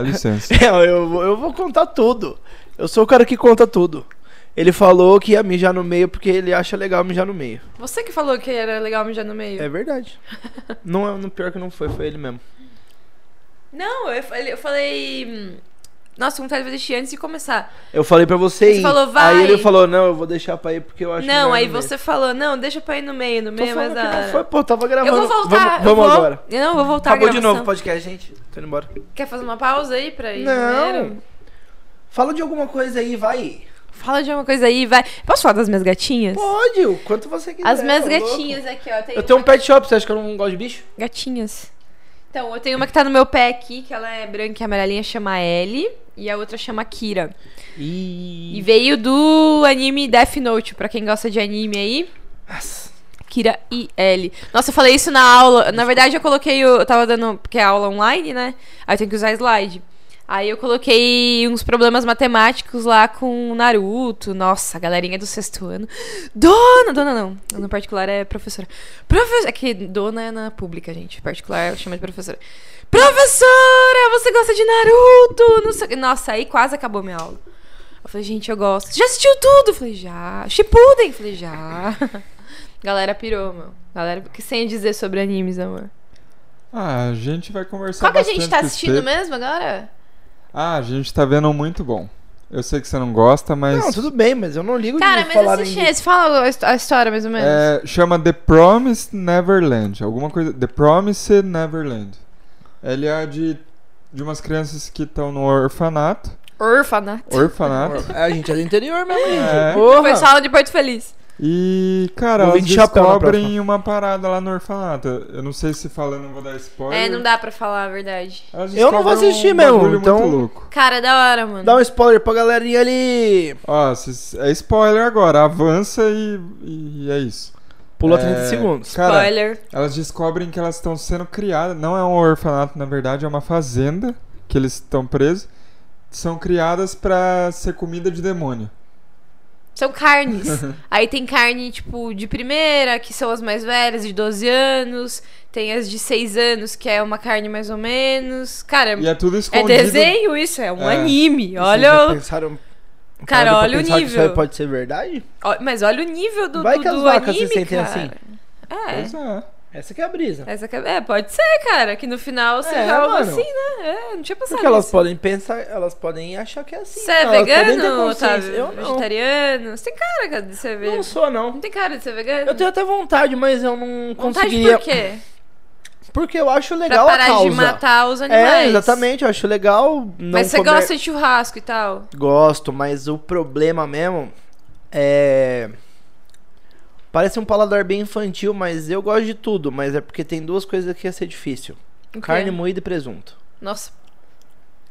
S2: licença.
S3: É, eu, vou- eu vou contar tudo. Eu sou o cara que conta tudo. Ele falou que ia mijar no meio porque ele acha legal mijar no meio.
S1: Você que falou que era legal mijar no meio.
S3: É verdade. Não é no pior que não foi, foi ele mesmo.
S1: Não, eu, falei- eu falei. hum, Nossa, com vontade de assistir antes de começar.
S3: Eu falei pra você
S1: Você
S3: ir.
S1: falou, vai.
S3: Aí ele falou, não, eu vou deixar pra ir porque eu acho
S1: não,
S3: melhor
S1: aí
S3: no meio.
S1: você falou, não, deixa pra ir no meio, no
S3: Tô
S1: meio, mas
S3: falando
S1: da.
S3: que não foi, pô, tava
S1: Eu
S3: gravando.
S1: vou voltar.
S3: Vamos,
S1: eu
S3: vamos
S1: vou-
S3: agora.
S1: Eu não vou voltar
S3: Acabou
S1: a
S3: de
S1: gravação.
S3: novo o podcast, gente. Tô indo embora.
S1: Quer fazer uma pausa aí pra ir? no
S3: Não.
S1: banheiro?
S3: Fala de alguma coisa aí, vai.
S1: Fala de uma coisa aí, vai. Posso falar das minhas gatinhas?
S3: Pode, o quanto você quiser.
S1: As minhas
S3: ô tá louco.
S1: gatinhas aqui, ó. Tem
S3: Eu tenho um pet shop, você acha que eu não gosto de bicho?
S1: Gatinhas. Então, eu tenho uma que tá no meu pé aqui, que ela é branca e amarelinha, chama Ellie. E a outra chama Kira. E
S3: Ih.
S1: veio do anime Death Note, pra quem gosta de anime aí.
S3: Nossa.
S1: Kira e Ellie. Nossa, eu falei isso na aula. Na verdade, eu coloquei. o- Eu tava dando. Porque é aula online, né? Aí eu tenho que usar slide. Aí eu coloquei uns problemas matemáticos lá com o Naruto. Nossa, a galerinha do sexto ano. Dona! Dona não. No particular é professora. Professora. É que dona é na pública, gente. Particular chama de professora. Professora, você gosta de Naruto? Não sei... o quê. Nossa, aí quase acabou minha aula. Eu falei, gente, eu gosto. Já assistiu tudo? Eu falei, já. Shippuden? Eu Falei, já. Galera pirou, meu. Galera, o que sem dizer sobre animes, amor?
S2: Ah, a gente vai conversar
S1: Qual que a
S2: bastante
S1: gente tá
S2: com
S1: assistindo
S2: você.
S1: mesmo agora?
S2: Ah, a gente tá vendo um muito bom. Eu sei que você não gosta, mas...
S3: Não, tudo bem, mas eu não ligo
S1: Cara,
S3: de
S1: mas
S3: falar
S1: assisti
S3: em...
S1: esse. Fala a his- a história, mais ou menos.
S2: É, chama The Promised Neverland. Alguma coisa... The Promised Neverland. Ele é de de umas crianças que estão no orfanato.
S1: Orfanato.
S2: Orfanato.
S3: A gente é do interior mesmo, gente.
S2: É.
S1: O
S3: Porra!
S1: pessoal de Porto Feliz.
S2: E, cara,
S3: Vou
S2: elas
S3: vir de chapéu na
S2: descobrem
S3: próxima.
S2: uma parada lá no orfanato. Eu não sei se falando eu vou dar spoiler.
S1: É, não dá pra falar a verdade.
S2: Elas
S3: Eu não vou
S2: descobrem
S3: assistir
S2: um
S3: mesmo,
S2: bagulho
S3: então-
S2: Muito louco.
S1: Cara, da hora, mano.
S3: Dá um spoiler pra galerinha ali.
S2: Ó, cês- é spoiler agora. Avança e, e é isso.
S3: Pula
S2: É,
S3: 30 segundos.
S2: Cara,
S1: Spoiler.
S2: elas descobrem que elas estão sendo criadas. Não é um orfanato, na verdade, é uma fazenda que eles estão presos. São criadas pra ser comida de demônio.
S1: São carnes. Aí tem carne, tipo, de primeira, que são as mais velhas, de 12 anos. Tem as de 6 anos, que é uma carne mais ou menos. Cara,
S2: E é tudo
S1: é
S2: escondido.
S1: desenho isso, é um
S2: É.
S1: anime.
S3: Vocês já
S1: Olha o...
S3: pensaram-
S1: Cara,
S3: pararam pra
S1: olha o
S3: pensar que Isso aí
S1: nível.
S3: pode ser verdade?
S1: Ó, Mas olha o nível do,
S3: Vai
S1: do,
S3: que as
S1: do
S3: vacas
S1: anime,
S3: se sentem
S1: cara.
S3: assim.
S1: É.
S2: Pois é.
S3: Essa que é a brisa.
S1: Essa que- é, pode ser, cara, que no final seja
S3: É,
S1: algo
S3: mano.
S1: assim, né? É, não tinha pensado
S3: Porque elas
S1: nisso.
S3: podem pensar, elas podem achar que é assim.
S1: Você é
S3: Elas podem ter
S1: vegano,
S3: consciência.
S1: Otávio?
S3: Eu não.
S1: Vegetariano? Você tem cara é de ser
S3: Não
S1: vegano?
S3: sou, não.
S1: Não tem cara de ser vegano?
S3: Eu tenho até vontade, mas eu não
S1: Vontade
S3: conseguiria.
S1: por quê?
S3: Porque eu acho
S1: Pra
S3: legal a
S1: parar
S3: causa.
S1: de matar os animais.
S3: é, exatamente, eu acho legal. Não
S1: Mas você
S3: comer-
S1: gosta de churrasco e tal?
S3: Gosto, mas o problema mesmo é. Parece um paladar bem infantil, mas eu gosto de tudo. Mas é porque tem duas coisas que ia ser difícil:
S1: O quê?
S3: carne moída e presunto.
S1: Nossa.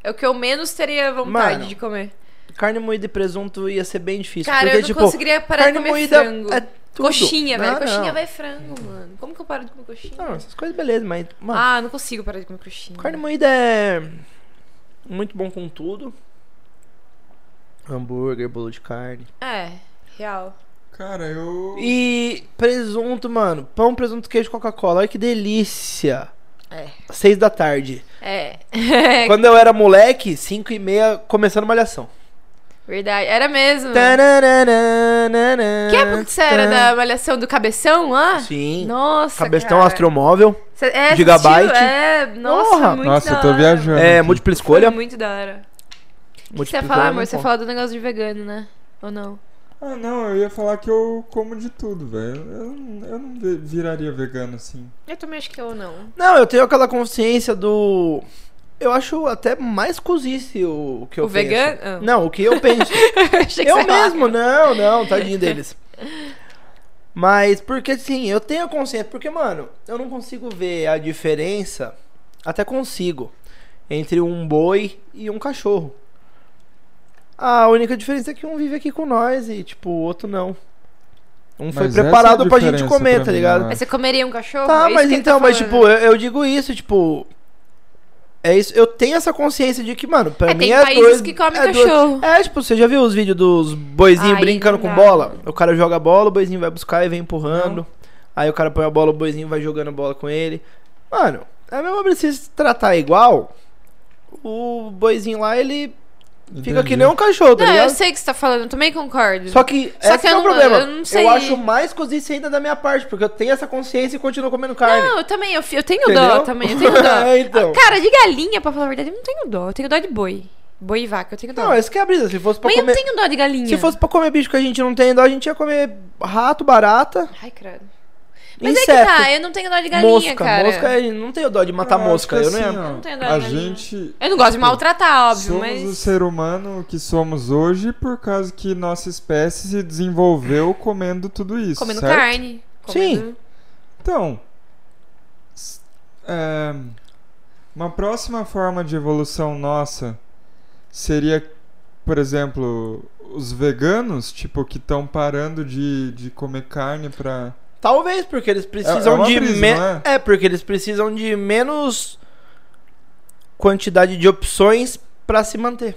S1: É o que eu menos teria vontade
S3: Mano,
S1: de comer.
S3: Carne moída e presunto ia ser bem difícil.
S1: Cara,
S3: porque,
S1: eu não
S3: tipo,
S1: conseguiria parar de
S3: carne
S1: comer
S3: moída
S1: frango.
S3: é tudo.
S1: Coxinha,
S3: Não,
S1: velho. Coxinha
S3: não.
S1: vai frango, mano. Como que eu paro de comer coxinha?
S3: Não, essas coisas beleza, mas. Mano,
S1: ah, não consigo parar de comer coxinha.
S3: Carne moída é muito bom com tudo. Hambúrguer, bolo de carne.
S1: É, real.
S2: Cara, eu.
S3: E presunto, mano. Pão, presunto, queijo, Coca-Cola. Olha que delícia.
S1: É.
S3: Seis da tarde.
S1: É.
S3: Quando eu era moleque, cinco e meia, começando malhação.
S1: Verdade. Era mesmo.
S3: Tananana,
S1: Ah. Que época que você era da malhação do cabeção lá?
S3: Sim.
S1: Nossa,
S3: Cabeção
S1: cara.
S3: astromóvel.
S1: Cê- é,
S3: Gigabyte.
S1: assistiu? É, nossa,
S3: Porra.
S1: muito
S2: Nossa,
S1: da
S2: eu tô
S1: hora.
S2: viajando.
S3: É, múltipla
S1: Foi
S3: escolha.
S1: muito da hora. O que você
S3: Múltipla
S1: ia falar,
S3: escolha,
S1: amor?
S3: não
S1: Você
S3: conta.
S1: fala do negócio de vegano, né? Ou não?
S2: Ah, não, eu ia falar que eu como de tudo, velho. Eu, não- eu não vi- viraria vegano assim.
S1: Eu também acho que eu não.
S3: Não, eu tenho aquela consciência do. Eu acho até mais cozice o que eu
S1: O
S3: penso.
S1: vegano? Ah.
S3: Não, o que eu penso.
S1: Achei que
S3: eu
S1: você ia falar.
S3: mesmo, não, não, tadinho deles. Mas porque assim, eu tenho consciência. Porque, mano, eu não consigo ver a diferença. Até consigo. Entre um boi e um cachorro. A única diferença é que um vive aqui com nós e, tipo, o outro não. Um foi
S2: Mas essa é a
S3: preparado pra gente
S2: diferença
S3: comer,
S2: pra
S3: tá
S2: mim,
S3: ligado?
S2: eu
S1: Mas você comeria um cachorro? É
S3: Tá,
S1: isso
S3: mas
S1: que ele
S3: então,
S1: tá
S3: mas
S1: falando,
S3: tipo,
S1: né?
S3: eu, eu digo isso, tipo. É isso, eu tenho essa consciência de que, mano, pra
S1: É,
S3: mim
S1: tem
S3: é
S1: países
S3: dois,
S1: que comem
S3: é dois-
S1: cachorro.
S3: É, tipo, você já viu os vídeos dos boizinhos
S1: Aí
S3: brincando
S1: não
S3: com
S1: dá.
S3: bola? O cara joga a bola, o boizinho vai buscar e vem empurrando. Aí o cara põe a bola, o boizinho vai jogando a bola com ele. Mano, é a mesma precisa se tratar igual. O boizinho lá, ele fica
S2: Entendi.
S3: que nem um cachorro, tá
S1: Não, eu
S3: ligado?
S1: sei o que você tá falando, eu também concordo.
S3: Só que
S1: Só
S3: esse
S1: que
S3: é
S1: eu
S3: o
S1: não-
S3: problema.
S1: eu não sei-
S3: acho mais cozice ainda da minha parte, porque eu tenho essa consciência e continuo comendo carne.
S1: Não, eu também, eu, fi- eu tenho dó
S3: Entendeu?
S1: também, eu tenho dó.
S3: É, então.
S1: Cara, de galinha, pra falar a verdade, eu não tenho dó. Eu tenho dó de boi. Boi e vaca, eu tenho dó.
S3: Não, isso que é a brisa. Se fosse pra
S1: mas eu não
S3: comer.
S1: tenho dó de galinha.
S3: Se fosse pra comer bicho que a gente não tem dó, a gente ia comer rato, barata,
S1: Ai, credo. Mas
S3: inseto.
S1: é que tá, eu não tenho dó de galinha,
S3: mosca.
S1: cara.
S3: Mosca, eu não tenho dó de matar
S2: Eu acho
S3: mosca.
S2: que
S3: Eu não ia.
S2: assim, ó,
S1: Não tenho nada
S2: A
S1: de galinha.
S2: gente.
S3: é
S1: Eu não gosto de
S2: tipo,
S1: maltratar, óbvio,
S2: somos
S1: mas.
S2: o ser humano que somos hoje por causa que nossa espécie se desenvolveu comendo tudo isso.
S1: Comendo
S2: certo?
S1: carne. comendo-
S2: Então, s- é, uma próxima forma de evolução nossa seria, por exemplo, os veganos, tipo, que estão parando de, de comer carne pra.
S3: Talvez, porque eles
S2: É- é
S3: precisam
S2: uma
S3: de.
S2: brisa,
S3: me-
S2: não é?
S3: é, porque eles precisam de menos quantidade de opções pra se manter.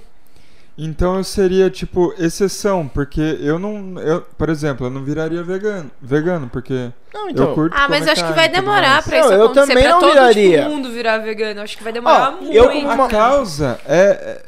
S2: Então eu seria, tipo, exceção, porque eu não. Eu, por exemplo, eu não viraria vegano, vegano porque
S3: Não, então.
S2: eu curto.
S1: Ah, mas
S2: comer
S1: eu acho que
S2: carne
S1: vai
S2: e tudo
S1: demorar
S2: mais.
S1: pra isso
S3: Não, eu
S1: acontecer.
S3: também
S1: pra
S3: não
S1: todo
S3: viraria.
S1: tipo, mundo virar vegano. Acho que vai demorar
S3: Ó,
S1: muito.
S3: eu como
S2: A
S3: uma-
S2: causa é,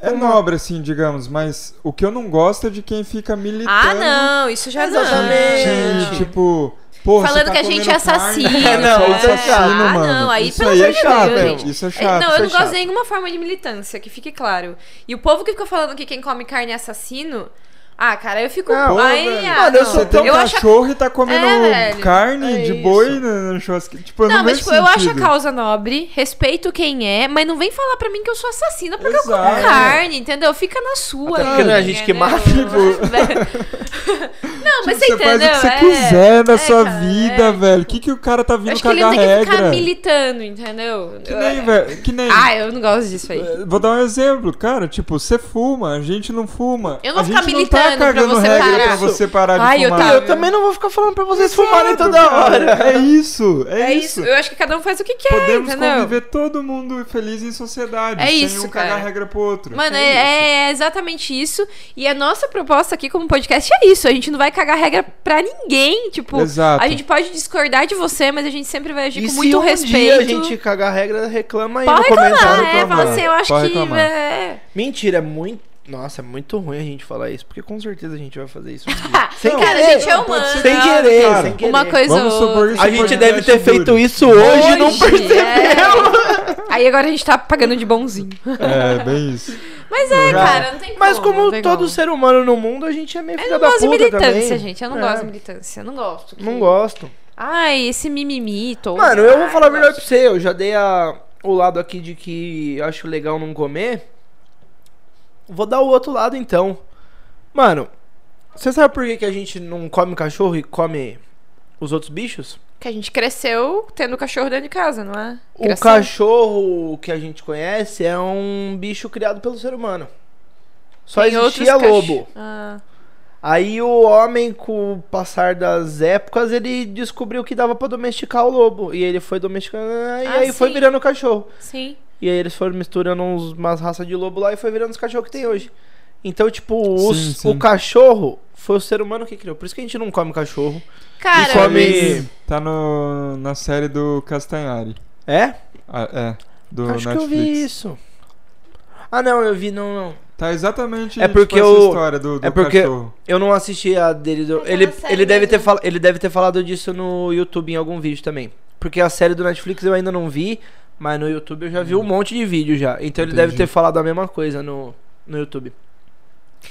S2: é
S3: Como-
S2: nobre, assim, digamos, mas o que eu não gosto é de quem fica militando.
S1: Ah, não, isso já
S3: Exatamente.
S2: De,
S1: não.
S2: tipo, porra,
S1: Falando
S2: você tá
S1: que a gente
S2: comendo
S1: é assassino.
S2: Carne, cara,
S3: Não,
S2: você
S3: isso é chato.
S2: assassino,
S1: Ah,
S2: mano.
S1: não, aí,
S2: isso
S1: pelo
S2: aí
S1: amor
S2: é
S1: de
S2: chato,
S1: Deus,
S2: velho.
S1: gente.
S2: Isso é
S1: É,
S2: chato.
S1: não, eu
S2: isso é
S1: não gosto
S2: chato.
S1: de nenhuma forma de militância, que fique claro. E o povo que fica falando que quem come carne é assassino, Ah, cara, eu fico.
S2: Ah, ô,
S1: Ai,
S2: velho.
S1: ah,
S3: Mano, eu
S1: não.
S2: Você tem um
S1: eu acho a-
S2: cachorro e tá comendo
S1: É, velho.
S2: carne
S3: É
S2: de
S3: isso.
S2: boi no no churrasqueiro. Tipo, eu não,
S1: Não, mas
S2: vejo
S1: tipo, eu acho a
S2: sentido.
S1: causa nobre, respeito quem é, mas não vem falar pra mim que eu sou assassina porque eu
S2: Exato.
S1: como carne, entendeu? Fica na sua.
S3: Até porque não é a gente que
S1: entendeu?
S3: mata,
S1: não, mas
S2: Tipo,
S1: você entendeu?
S2: faz o que você
S1: é,
S2: quiser na
S1: é,
S2: sua
S1: cara,
S2: vida,
S1: é.
S2: velho. O que, que o cara tá
S1: Eu
S2: vindo
S1: acho que ele não
S2: cagar
S1: tem que ficar
S2: regra?
S1: militando, entendeu?
S2: Que nem, velho. Que nem.
S1: Ah, eu não gosto disso aí.
S2: Eh, Vou dar um exemplo, cara. Tipo, você fuma, a gente não fuma.
S1: Eu não
S2: a
S1: vou ficar
S2: gente não tá
S1: militando pra
S2: cagando
S1: você
S2: regra
S1: parar.
S2: pra você parar de
S1: Ai, eu
S2: fumar.
S1: tava-
S3: Tá, Eu também não vou ficar falando pra vocês fumarem
S2: Exato,
S3: né, toda
S2: cara.
S3: hora.
S2: É isso, é,
S1: É isso.
S2: isso.
S1: Eu acho que cada um faz o que quer,
S2: Podemos
S1: entendeu?
S2: conviver todo mundo feliz em sociedade,
S1: É
S2: sem
S1: isso,
S2: um cagar
S1: cara.
S2: regra pro outro.
S1: Mano,
S2: é,
S1: é, é exatamente isso. E a nossa proposta aqui como podcast é isso. A gente não vai cagar regra pra ninguém. Tipo,
S2: Exato.
S1: a gente pode discordar de você, mas a gente sempre vai agir
S3: E
S1: com
S3: se
S1: muito
S3: um
S1: respeito.
S3: dia a gente cagar regra, reclama aí
S1: Pode
S3: no
S1: reclamar,
S3: comentário.
S2: Pode
S1: é,
S2: reclamar,
S1: fala assim, eu acho
S2: pode
S1: que.
S2: reclamar.
S1: É...
S3: Mentira, é muito... Nossa, é muito ruim a gente falar isso, porque com certeza a gente vai fazer isso. um dia.
S1: Sem
S2: Não,
S1: cara,
S2: é,
S1: a gente é
S2: não, pode
S1: humano.
S2: ser
S3: sem querer,
S2: Cara,
S3: sem querer.
S1: Uma coisa é.
S2: Vamos
S1: ou
S2: supor
S1: outra.
S2: isso
S3: A gente
S2: Podcast
S3: deve ter
S2: duro.
S3: feito isso hoje, e não percebeu.
S1: é. Aí agora a gente tá pagando de bonzinho.
S2: É, bem isso.
S1: Mas é,
S2: Já.
S1: cara, não tem
S3: Mas
S1: como
S3: como
S1: não tem
S3: todo
S1: como.
S3: ser humano no mundo, a gente é meio
S1: Eu
S3: filha
S1: não
S3: da
S1: gosto de
S3: puta
S1: militância,
S3: também.
S1: gente. Eu não
S3: É,
S1: gosto de militância. Eu não gosto.
S3: Não gosto.
S1: Ai, esse mimimi todo.
S3: Mano, eu vou
S1: Ai,
S3: falar
S1: não
S3: melhor
S1: gosto.
S3: pra você. Eu já dei a, o lado aqui de que eu acho legal não comer. Vou dar o outro lado então. Mano, você sabe por que, que a gente não come cachorro e come os outros bichos?
S1: Que a gente cresceu tendo cachorro dentro de casa, não é?
S3: O
S1: Cresceu.
S3: cachorro que a gente conhece é um bicho criado pelo ser humano. Só
S1: Tem outros
S3: existia
S1: cach-
S3: lobo.
S1: Ah.
S3: Aí o homem, com o passar das épocas, ele descobriu que dava pra domesticar o lobo. E ele foi domesticando, e
S1: Ah,
S3: aí foi
S1: sim.
S3: virando cachorro.
S1: Sim.
S3: E aí eles foram misturando uns, umas raças de lobo lá e foi virando os cachorros que tem hoje. Então, tipo, os-
S2: Sim, sim.
S3: o cachorro foi o ser humano que criou. Por isso que a gente não come cachorro.
S1: Cara,
S3: E come-
S2: Tá no, na série do Castanhari.
S3: É?
S2: Ah, é, do
S3: Acho que
S2: Netflix.
S3: eu vi isso. Ah, não, eu vi, não, não.
S2: Tá exatamente
S3: É porque
S2: tipo, essa
S3: o-
S2: história do, do
S3: é porque-
S2: cachorro.
S3: Eu não assisti a dele. do-
S1: Mas é
S3: Ele,
S1: uma série
S3: ele, deve ter
S1: mesmo.
S3: fal... ele deve ter falado disso no YouTube em algum vídeo também. Porque a série do Netflix eu ainda não vi, mas no YouTube eu já vi um monte de vídeo já. Então ele deve
S2: Entendi.
S3: ter falado a mesma coisa no, no YouTube.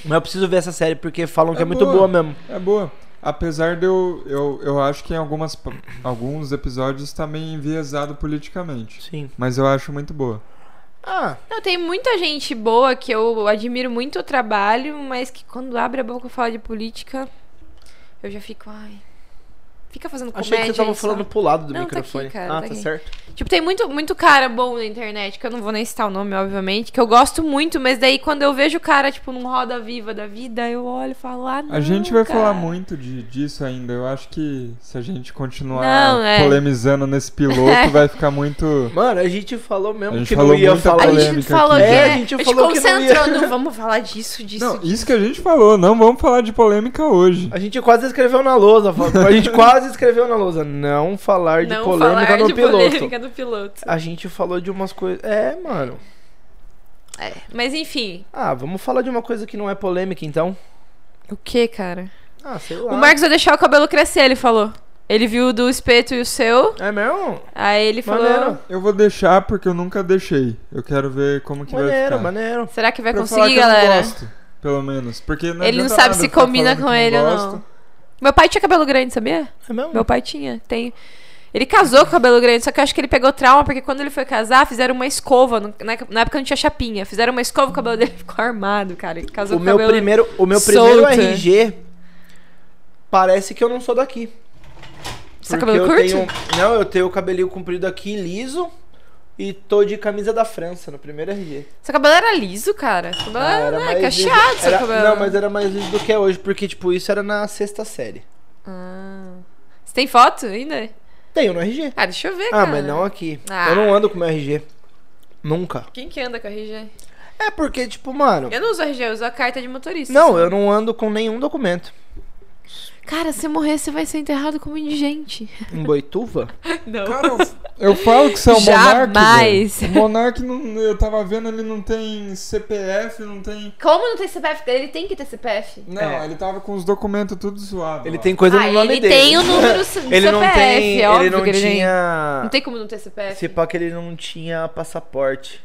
S3: Mas eu preciso ver essa série porque falam que
S2: É
S3: é, muito
S2: boa.
S3: boa mesmo.
S2: É boa. Apesar de eu, eu. Eu acho que em algumas, pa- alguns episódios tá meio enviesado politicamente.
S3: Sim.
S2: Mas eu acho muito boa.
S3: Ah,
S1: não, tem muita gente boa que eu admiro muito o trabalho, mas que quando abre a boca e fala de política, eu já fico, ai. Fica fazendo comédia.
S3: achei que você tava
S1: aí só.
S3: falando pro lado do
S1: Não, tá
S3: microfone.
S1: aqui, cara,
S3: ah,
S1: tá
S3: tá
S1: aqui.
S3: certo.
S1: Tipo, tem muito, muito cara bom na internet, que eu não vou nem citar o nome, obviamente, que eu gosto muito, mas daí quando eu vejo o cara, tipo, num roda viva da vida, eu olho e falo, ah, não.
S2: A gente vai
S1: cara.
S2: falar muito de, disso ainda. Eu acho que se a gente continuar
S1: Não, é.
S2: polemizando nesse piloto, vai ficar muito.
S3: Mano, a gente falou mesmo
S2: A gente
S3: que
S2: falou
S3: não ia
S2: muita
S1: A
S3: falar.
S2: polêmica.
S1: gente falou
S2: aqui,
S1: que
S2: né?
S3: É, a gente
S1: a gente
S3: falou que não ia.
S1: concentrou no vamos falar disso, disso,
S2: Não, isso que a gente falou, não vamos falar de polêmica hoje.
S3: A gente quase escreveu na lousa. A gente quase escreveu na lousa. Não falar de
S1: não
S3: polêmica
S1: falar
S3: no
S1: de
S3: piloto.
S1: polêmica no piloto.
S3: A gente falou de umas coisas. É, mano.
S1: É, mas enfim.
S3: Ah, vamos falar de uma coisa que não é polêmica, então.
S1: O que, cara?
S3: Ah, sei lá.
S1: O Marcos vai deixar o cabelo crescer, ele falou. Ele viu o do espeto e o seu,
S3: É mesmo?
S1: aí ele falou...
S3: Maneiro.
S2: Eu vou deixar porque eu nunca deixei. Eu quero ver como que vai
S3: Maneiro,
S2: ficar.
S3: maneiro.
S1: Será que vai
S2: Pra eu falar
S1: conseguir,
S2: que eu não
S1: galera?
S2: gosto, pelo menos. Porque não
S1: Ele não
S2: adianta
S1: sabe
S2: nada
S1: se
S2: eu ficar
S1: combina
S2: falando
S1: com
S2: que
S1: ele ou não.
S2: gosto.
S1: Meu pai tinha cabelo grande, sabia?
S3: É mesmo?
S1: Meu pai tinha, tem. Ele casou com cabelo grande, só que eu acho que ele pegou trauma, porque quando ele foi casar, fizeram uma escova. no- na, na época não tinha chapinha. Fizeram uma escova, o cabelo dele ficou armado, cara. Ele casou
S3: O
S1: com
S3: meu
S1: cabelo.
S3: primeiro, o meu
S1: solto.
S3: primeiro RG parece que eu não sou daqui.
S1: Você tem
S3: Porque
S1: cabelo
S3: eu
S1: curto?
S3: tenho- não, eu tenho o cabelinho comprido aqui liso e tô de camisa da França no primeiro RG.
S1: Seu cabelo era liso, cara. Seu cabelo
S3: Ah,
S1: era, né,
S3: liso.
S1: cacheado, seu
S3: Era-
S1: cabelo.
S3: Não, mas era mais liso do que é hoje, porque tipo, isso era na sexta série.
S1: Ah. Você tem foto ainda?
S3: Tenho no RG.
S1: Ah, deixa eu ver,
S3: Ah,
S1: cara.
S3: mas não aqui.
S1: Ah.
S3: Eu não ando com meu RG. Nunca.
S1: Quem que anda com RG?
S3: É porque, tipo, mano.
S1: Eu não uso RG, eu uso a carta de motorista.
S3: Não,
S1: só.
S3: eu não ando com nenhum documento.
S1: Cara, se eu morrer, você vai ser enterrado como indigente.
S3: Em Boituva?
S1: Não.
S2: Cara, eu, eu falo que você é um monarca.
S1: Jamais.
S2: O monarca, não- eu tava vendo, ele não tem CPF, não tem...
S1: Como não tem CPF dele? Ele tem que ter CPF.
S2: Não,
S3: É.
S2: ele tava com os documentos tudo zoado.
S3: Ele
S2: lá.
S3: tem coisa
S1: Ah,
S3: no nome
S1: ele
S3: dele.
S1: tem o número do CPF,
S3: ele não tem,
S1: é óbvio
S3: ele não
S1: que ele tem.
S3: tinha.
S1: Não tem como não ter CPF.
S3: Se pá que ele não tinha passaporte.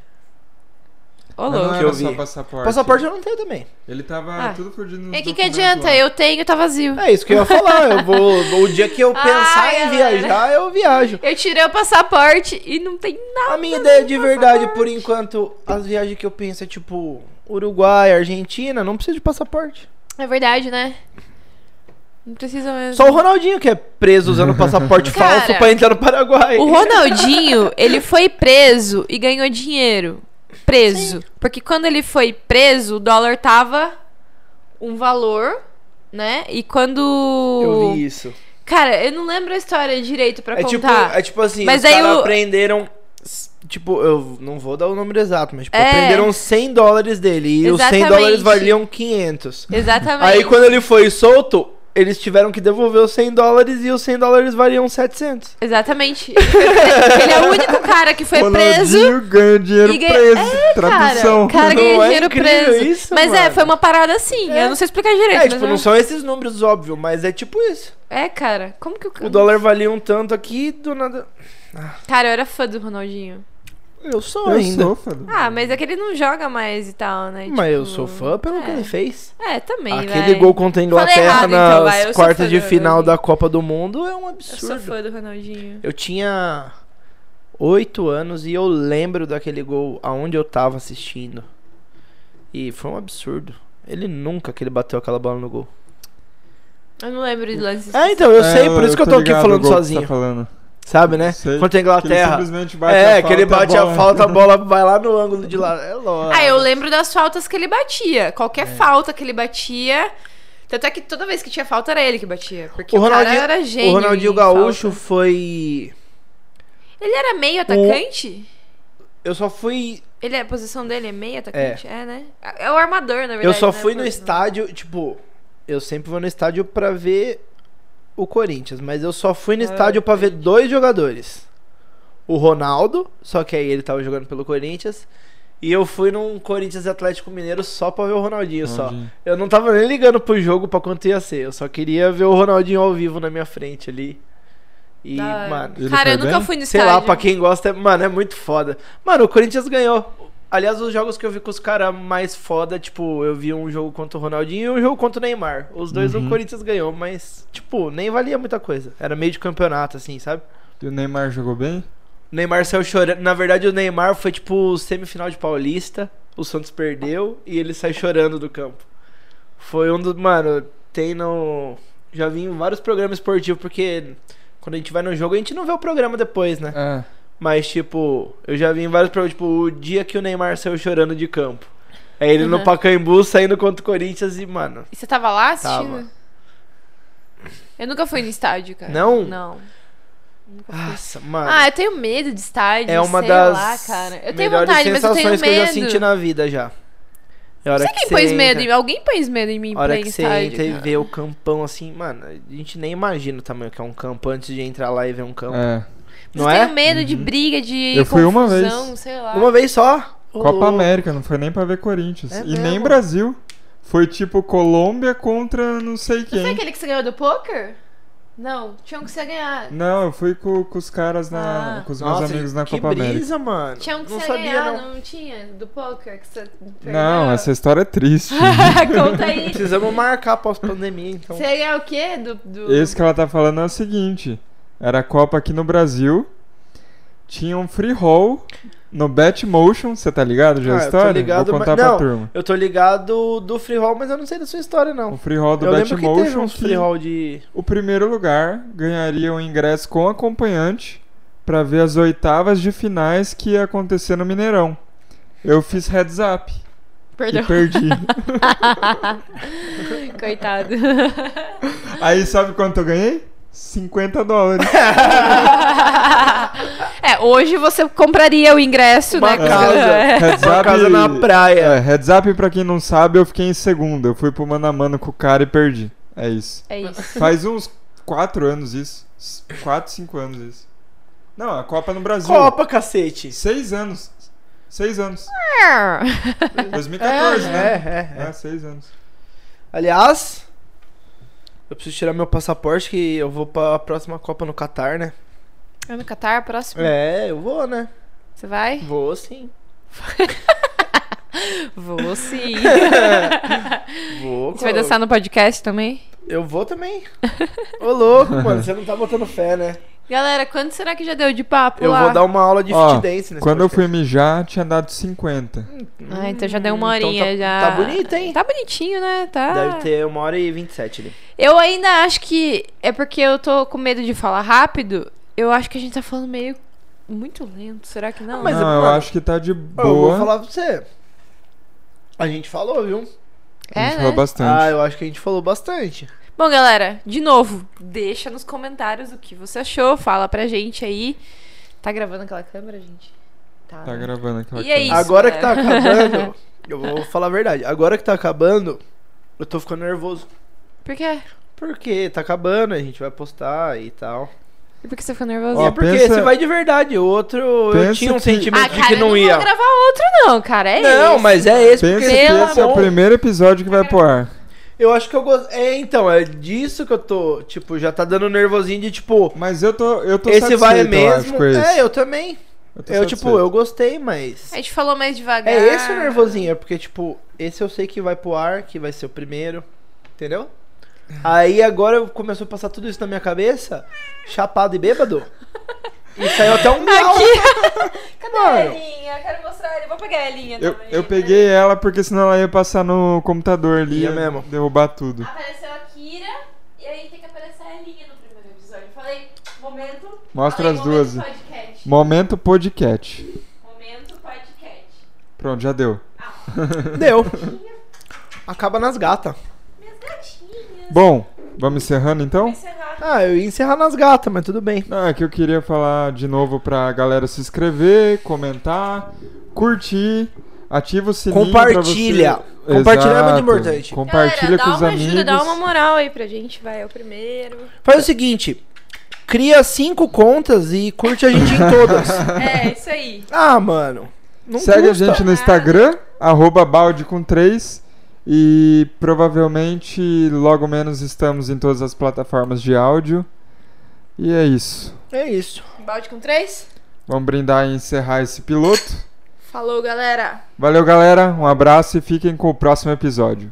S1: Ô,
S2: Mas não
S1: louco.
S3: Que
S2: era
S3: eu
S2: só
S3: vi.
S2: passaporte.
S3: Passaporte eu não tenho também.
S2: Ele tava
S1: Ah.
S2: tudo fudido no
S1: É que que adianta? Eu tenho, tá vazio.
S3: É isso que eu ia falar. Eu vou, o dia que eu pensar
S1: Ai,
S3: em
S1: galera.
S3: viajar, eu viajo.
S1: Eu tirei o passaporte e não tem nada.
S3: A minha ideia de verdade, por enquanto, as viagens que eu penso é tipo Uruguai, Argentina, não precisa de passaporte.
S1: É verdade, né? Não precisa mesmo.
S3: Só o Ronaldinho que é preso usando passaporte
S1: Cara,
S3: falso pra entrar no Paraguai.
S1: O Ronaldinho, ele foi preso e ganhou dinheiro. Preso. Porque quando ele foi preso, o dólar tava um valor, né? E quando.
S3: Eu vi isso.
S1: Cara, eu não lembro a história direito pra
S3: É tipo,
S1: contar.
S3: é tipo assim,
S1: Mas
S3: os
S1: aí
S3: caras
S1: o-
S3: prenderam. s- Tipo, eu não vou dar o número exato, mas tipo,
S1: É.
S3: prenderam 100 dólares dele. E os 100
S1: Exatamente.
S3: dólares valiam 500.
S1: Exatamente.
S3: Aí quando ele foi solto, eles tiveram que devolver os 100 dólares e os 100 dólares valiam 700.
S1: Exatamente. ele é o único cara que foi preso.
S2: ganha dinheiro
S1: E ganha- É,
S2: preso.
S1: Cara,
S2: Tradução.
S1: o cara ganha
S3: Não é
S1: dinheiro
S3: incrível
S1: preso.
S3: isso,
S1: mas é,
S3: mano?
S1: foi uma parada assim.
S3: É.
S1: Eu não sei explicar direito.
S3: É,
S1: mas
S3: tipo,
S1: é-
S3: não são esses números, óbvio, mas é tipo isso.
S1: É, cara, como que o.
S3: O dólar valia um tanto aqui do nada.
S1: Cara, eu era fã do Ronaldinho.
S3: Eu sou
S2: Eu
S3: ainda.
S2: sou, foda.
S1: Ah, mas é que ele não joga mais e tal, né?
S3: Mas eu
S1: Tipo,
S3: sou fã pelo que
S1: é.
S3: ele fez.
S1: É, também,
S3: Aquele
S1: vai.
S3: gol contra a Inglaterra
S1: errado,
S3: nas
S1: então, vai, eu sou fã
S3: quartas
S1: do
S3: de final
S1: Ronaldinho.
S3: da Copa do Mundo é um
S1: Eu sou
S3: absurdo.
S1: fã do Ronaldinho.
S3: Eu tinha oito anos e eu lembro daquele gol aonde eu tava assistindo. E foi um absurdo. Ele nunca que ele bateu aquela bola no gol.
S1: Eu não lembro de lances.
S3: É, então, eu
S2: É,
S3: sei, por isso que eu tô aqui
S2: ligado
S3: falando
S2: o gol que você
S3: sozinho.
S2: Tá falando.
S3: Sabe, né?
S2: Sei.
S3: Contra a
S2: Que ele
S3: Inglaterra.
S2: simplesmente bate a
S3: É,
S2: falta,
S3: que ele bate a
S2: bola-
S3: falta, a bola vai lá no ângulo de lá. É lógico.
S1: Ah, eu lembro das faltas que ele batia. Qualquer
S3: É.
S1: falta que ele batia. Tanto é que toda vez que tinha falta era ele que batia. Porque o, cara era gênio.
S3: o Ronaldinho
S1: em
S3: Gaúcho
S1: falta.
S3: foi.
S1: Ele era meio atacante?
S3: Eu só fui.
S1: Ele, a posição dele é meio atacante? É, né? É o armador, na verdade.
S3: eu só
S1: né?
S3: fui no
S1: Não-
S3: estádio, tipo. Eu sempre vou no estádio pra ver o Corinthians, mas eu só fui no
S1: Ah,
S3: estádio pra ver dois jogadores. O Ronaldo, só que aí ele tava jogando pelo Corinthians. E eu fui num Corinthians e Atlético Mineiro só pra ver o Ronaldinho só.
S2: Ronaldinho.
S3: Eu não tava nem ligando pro jogo pra quanto ia ser. Eu só queria ver o Ronaldinho ao vivo na minha frente ali. E,
S1: Da hora.
S3: mano,
S2: Ele
S1: Cara,
S2: foi
S1: eu nunca
S2: bem?
S1: fui no
S3: sei
S1: estádio.
S3: lá, pra quem gosta, é, mano, é muito foda. Mano, o Corinthians ganhou. Aliás, os jogos que eu vi com os caras mais foda, tipo, eu vi um jogo contra o Ronaldinho e um jogo contra o Neymar. Os dois o Corinthians ganhou, mas, tipo, nem valia muita coisa. Era meio de campeonato, assim, sabe?
S2: E o Neymar jogou bem?
S3: O Neymar saiu chorando. Na verdade, o Neymar foi, tipo, semifinal de Paulista. O Santos perdeu e ele sai chorando do campo. Foi um dos. Mano, tem no. Já vi em vários programas esportivos, porque quando a gente vai no jogo, a gente não vê o programa depois, né?
S2: É.
S3: Mas, tipo, eu já vi em vários programas, tipo, o dia que o Neymar saiu chorando de campo. É ele no
S1: Uhum.
S3: Pacaembu saindo contra o Corinthians e, mano.
S1: E você tava lá assistindo?
S3: Tava.
S1: Eu nunca fui no estádio, cara.
S3: Não?
S1: Não. Nunca fui.
S3: Nossa, mano.
S1: Ah, eu tenho medo de estádio.
S3: é uma
S1: sei
S3: das
S1: lá, cara. Eu tenho
S3: melhores
S1: vontade, mas eu
S3: sensações
S1: tenho medo.
S3: que eu já senti na vida já. É a hora
S1: Não sei quem
S3: que você
S1: pôs medo
S3: entra-
S1: em mim. Alguém pôs medo em mim
S3: A hora
S1: pra ir
S3: que
S1: em
S3: você
S1: estádio.
S3: entra e
S1: cara.
S3: vê o campão assim, mano, a gente nem imagina o tamanho que é um campo antes de entrar lá e ver um campo.
S2: É.
S1: Mas
S3: Não
S1: eu
S3: é?
S1: tenho medo de briga, de
S2: Eu fui uma
S1: confusão,
S2: vez.
S1: sei lá.
S3: Uma vez só. Ô,
S2: Copa
S3: louco.
S2: América, não foi nem pra ver Corinthians.
S3: É
S2: e nem
S3: mesmo.
S2: Brasil. Foi tipo Colômbia contra não sei
S1: Não foi
S2: quem.
S1: aquele que você ganhou do poker? Não, tinha um que você ganhar.
S2: Não, eu fui com, com os caras na.
S1: Ah.
S2: com os meus
S3: Nossa,
S2: amigos na
S3: que
S2: Copa América.
S3: brisa, mano.
S1: Tinha um que
S3: não
S1: você
S3: sabia,
S1: ganhar,
S3: não.
S1: não. tinha? Do poker que você perdeu?
S2: Não, essa história é triste.
S1: Conta aí.
S3: Precisamos marcar pós-pandemia, então.
S1: Você ia ganhar o quê? Do, do...
S2: Esse que ela tá falando é o seguinte: era a Copa aqui no Brasil, tinha um free roll no Batmotion, você tá ligado já a
S3: Ah, eu tô
S2: história?
S3: ligado,
S2: Vou
S3: mas-
S2: contar pra
S3: não.
S2: turma.
S3: Eu tô ligado do free roll, mas eu não sei da sua história,
S2: O
S3: não.
S2: free roll do
S3: Eu lembro que teve
S2: Batmotion,
S3: uns free roll de...
S2: o primeiro lugar ganharia um ingresso com acompanhante pra ver as oitavas de finais que ia acontecer no Mineirão. Eu fiz heads up e
S1: Perdão.
S2: perdi.
S1: Coitado.
S2: Aí sabe quanto eu ganhei? 50 dólares.
S1: é, hoje você compraria o ingresso, né?
S3: Uma
S1: cara?
S3: casa.
S1: É.
S2: Heads
S3: Uma
S2: up-
S3: casa na
S2: É,
S3: praia.
S2: heads up, pra quem não sabe, eu fiquei em segundo. Eu fui pro mano a mano com o cara e perdi. É isso.
S1: É isso.
S2: Faz uns 4 anos isso. 4, 5 anos isso. Não, a Copa no Brasil.
S3: Copa, cacete.
S2: 6 anos. 6 anos.
S3: É,
S2: 2014, né?
S3: é, é, é.
S2: É, 6 anos.
S3: Aliás, eu preciso tirar meu passaporte que eu vou pra próxima Copa no Catar, né?
S1: É no Catar, próximo?
S3: É, eu vou, né?
S1: Você vai?
S3: Vou sim.
S1: Vou sim.
S3: Vou,
S1: Você vai dançar no podcast também?
S3: Eu vou também. Ô, louco, mano, você não tá botando fé, né?
S1: Galera, quanto será que já deu de papo
S3: Eu
S1: lá?
S3: vou dar um- uma aula de
S2: Ó,
S3: fit dance nesse
S2: Quando eu fui
S3: podcast.
S2: mijar, tinha dado 50.
S1: Ah, então já deu uma
S3: Então
S1: horinha
S3: tá,
S1: já.
S3: Tá bonito, hein?
S1: Tá bonitinho, né? Tá.
S3: Deve ter uma hora e 27 ali.
S1: Eu ainda acho que é porque eu tô com medo de falar rápido. Eu acho que a gente tá falando meio muito lento. Será que não?
S3: Mas,
S2: não, eu
S3: mano,
S2: acho que tá de
S3: Eu vou
S2: boa.
S3: falar pra você. A gente falou, viu?
S2: a gente
S1: é,
S2: falou
S1: né?
S2: bastante.
S3: Ah, eu acho que a gente falou bastante.
S1: Bom, galera, de novo, deixa nos comentários o que você achou, fala pra gente aí. Tá gravando aquela câmera, gente? Tá.
S2: Tá
S1: né?
S2: gravando aquela
S1: E é
S2: câmera.
S1: Isso,
S3: Agora que
S1: é.
S3: tá acabando, eu vou falar a verdade. Agora que tá acabando, eu tô ficando nervoso.
S1: Por quê?
S3: Porque tá acabando, a gente vai postar e tal.
S1: E por que você ficou nervoso?
S2: Ó,
S3: é porque
S2: pensa-
S3: você vai de verdade. O outro, eu
S2: Pensa
S3: tinha um
S2: que-
S3: sentimento
S1: ah,
S3: de
S1: cara,
S3: que
S1: eu não
S3: não ia.
S1: vou gravar outro, não, cara. É
S3: não,
S1: esse.
S3: mas é esse
S2: Pensa
S3: porque
S2: que
S1: Pelo
S2: esse é o
S1: amor-
S2: primeiro episódio que vai pro ar.
S3: Eu acho que eu gosto. É, então, é disso que eu tô. Tipo, já tá dando nervosinho de tipo.
S2: Mas eu tô, eu tô
S3: Esse
S2: satisfeito,
S3: vai
S2: eu acho,
S3: mesmo.
S2: com esse.
S3: é, eu também.
S2: tô
S3: Eu, tipo,
S2: satisfeito.
S3: eu gostei, mas.
S1: A gente falou mais devagar.
S3: É esse o nervosinho, é porque, tipo, esse eu sei que vai pro ar, que vai ser o primeiro, entendeu? Aí agora começou a passar tudo isso na minha cabeça, chapado e bêbado, e saiu até um miau.
S1: Cadê a
S3: Mano.
S1: Elinha? Quero mostrar ele. Vou pegar a Elinha
S2: Eu,
S1: também.
S2: eu peguei ela porque senão ela ia passar no computador ali
S3: Ia
S2: e
S3: mesmo.
S2: derrubar tudo.
S1: Apareceu a Kira e aí tem que aparecer a Elinha no primeiro episódio. Eu Falei, momento.
S2: Mostra
S1: falei,
S2: as duas.
S1: Momento podcast.
S2: Momento podcast.
S1: Momento podcast.
S2: Pronto, já deu.
S3: Deu. Acaba nas gatas.
S1: Minhas gatinhas.
S2: Bom, vamos encerrando
S1: Vou
S2: então?
S1: encerrar.
S3: Ah, eu ia encerrar nas gatas, mas tudo bem.
S2: Não, é que eu queria falar de novo pra galera se inscrever, comentar, curtir, ativa o sininho.
S3: Compartilha.
S2: Pra você...
S3: Compartilhar é
S2: Exato.
S3: muito importante.
S1: Galera,
S2: Compartilha
S1: dá
S2: com os
S1: uma
S2: amigos.
S1: ajuda, dá uma moral aí pra gente, vai, é o primeiro.
S3: Faz o seguinte, cria cinco contas e curte a gente em todas.
S1: É, isso aí.
S3: Ah, mano, não
S2: Segue
S3: custa.
S2: a
S1: né?
S2: gente no Instagram, arroba balde com 3. E provavelmente logo menos estamos em todas as plataformas de áudio. E é isso.
S3: É isso.
S1: Balde com três?
S2: Vamos brindar e encerrar esse piloto.
S1: Falou, galera.
S2: Valeu, galera. Um abraço e fiquem com o próximo episódio.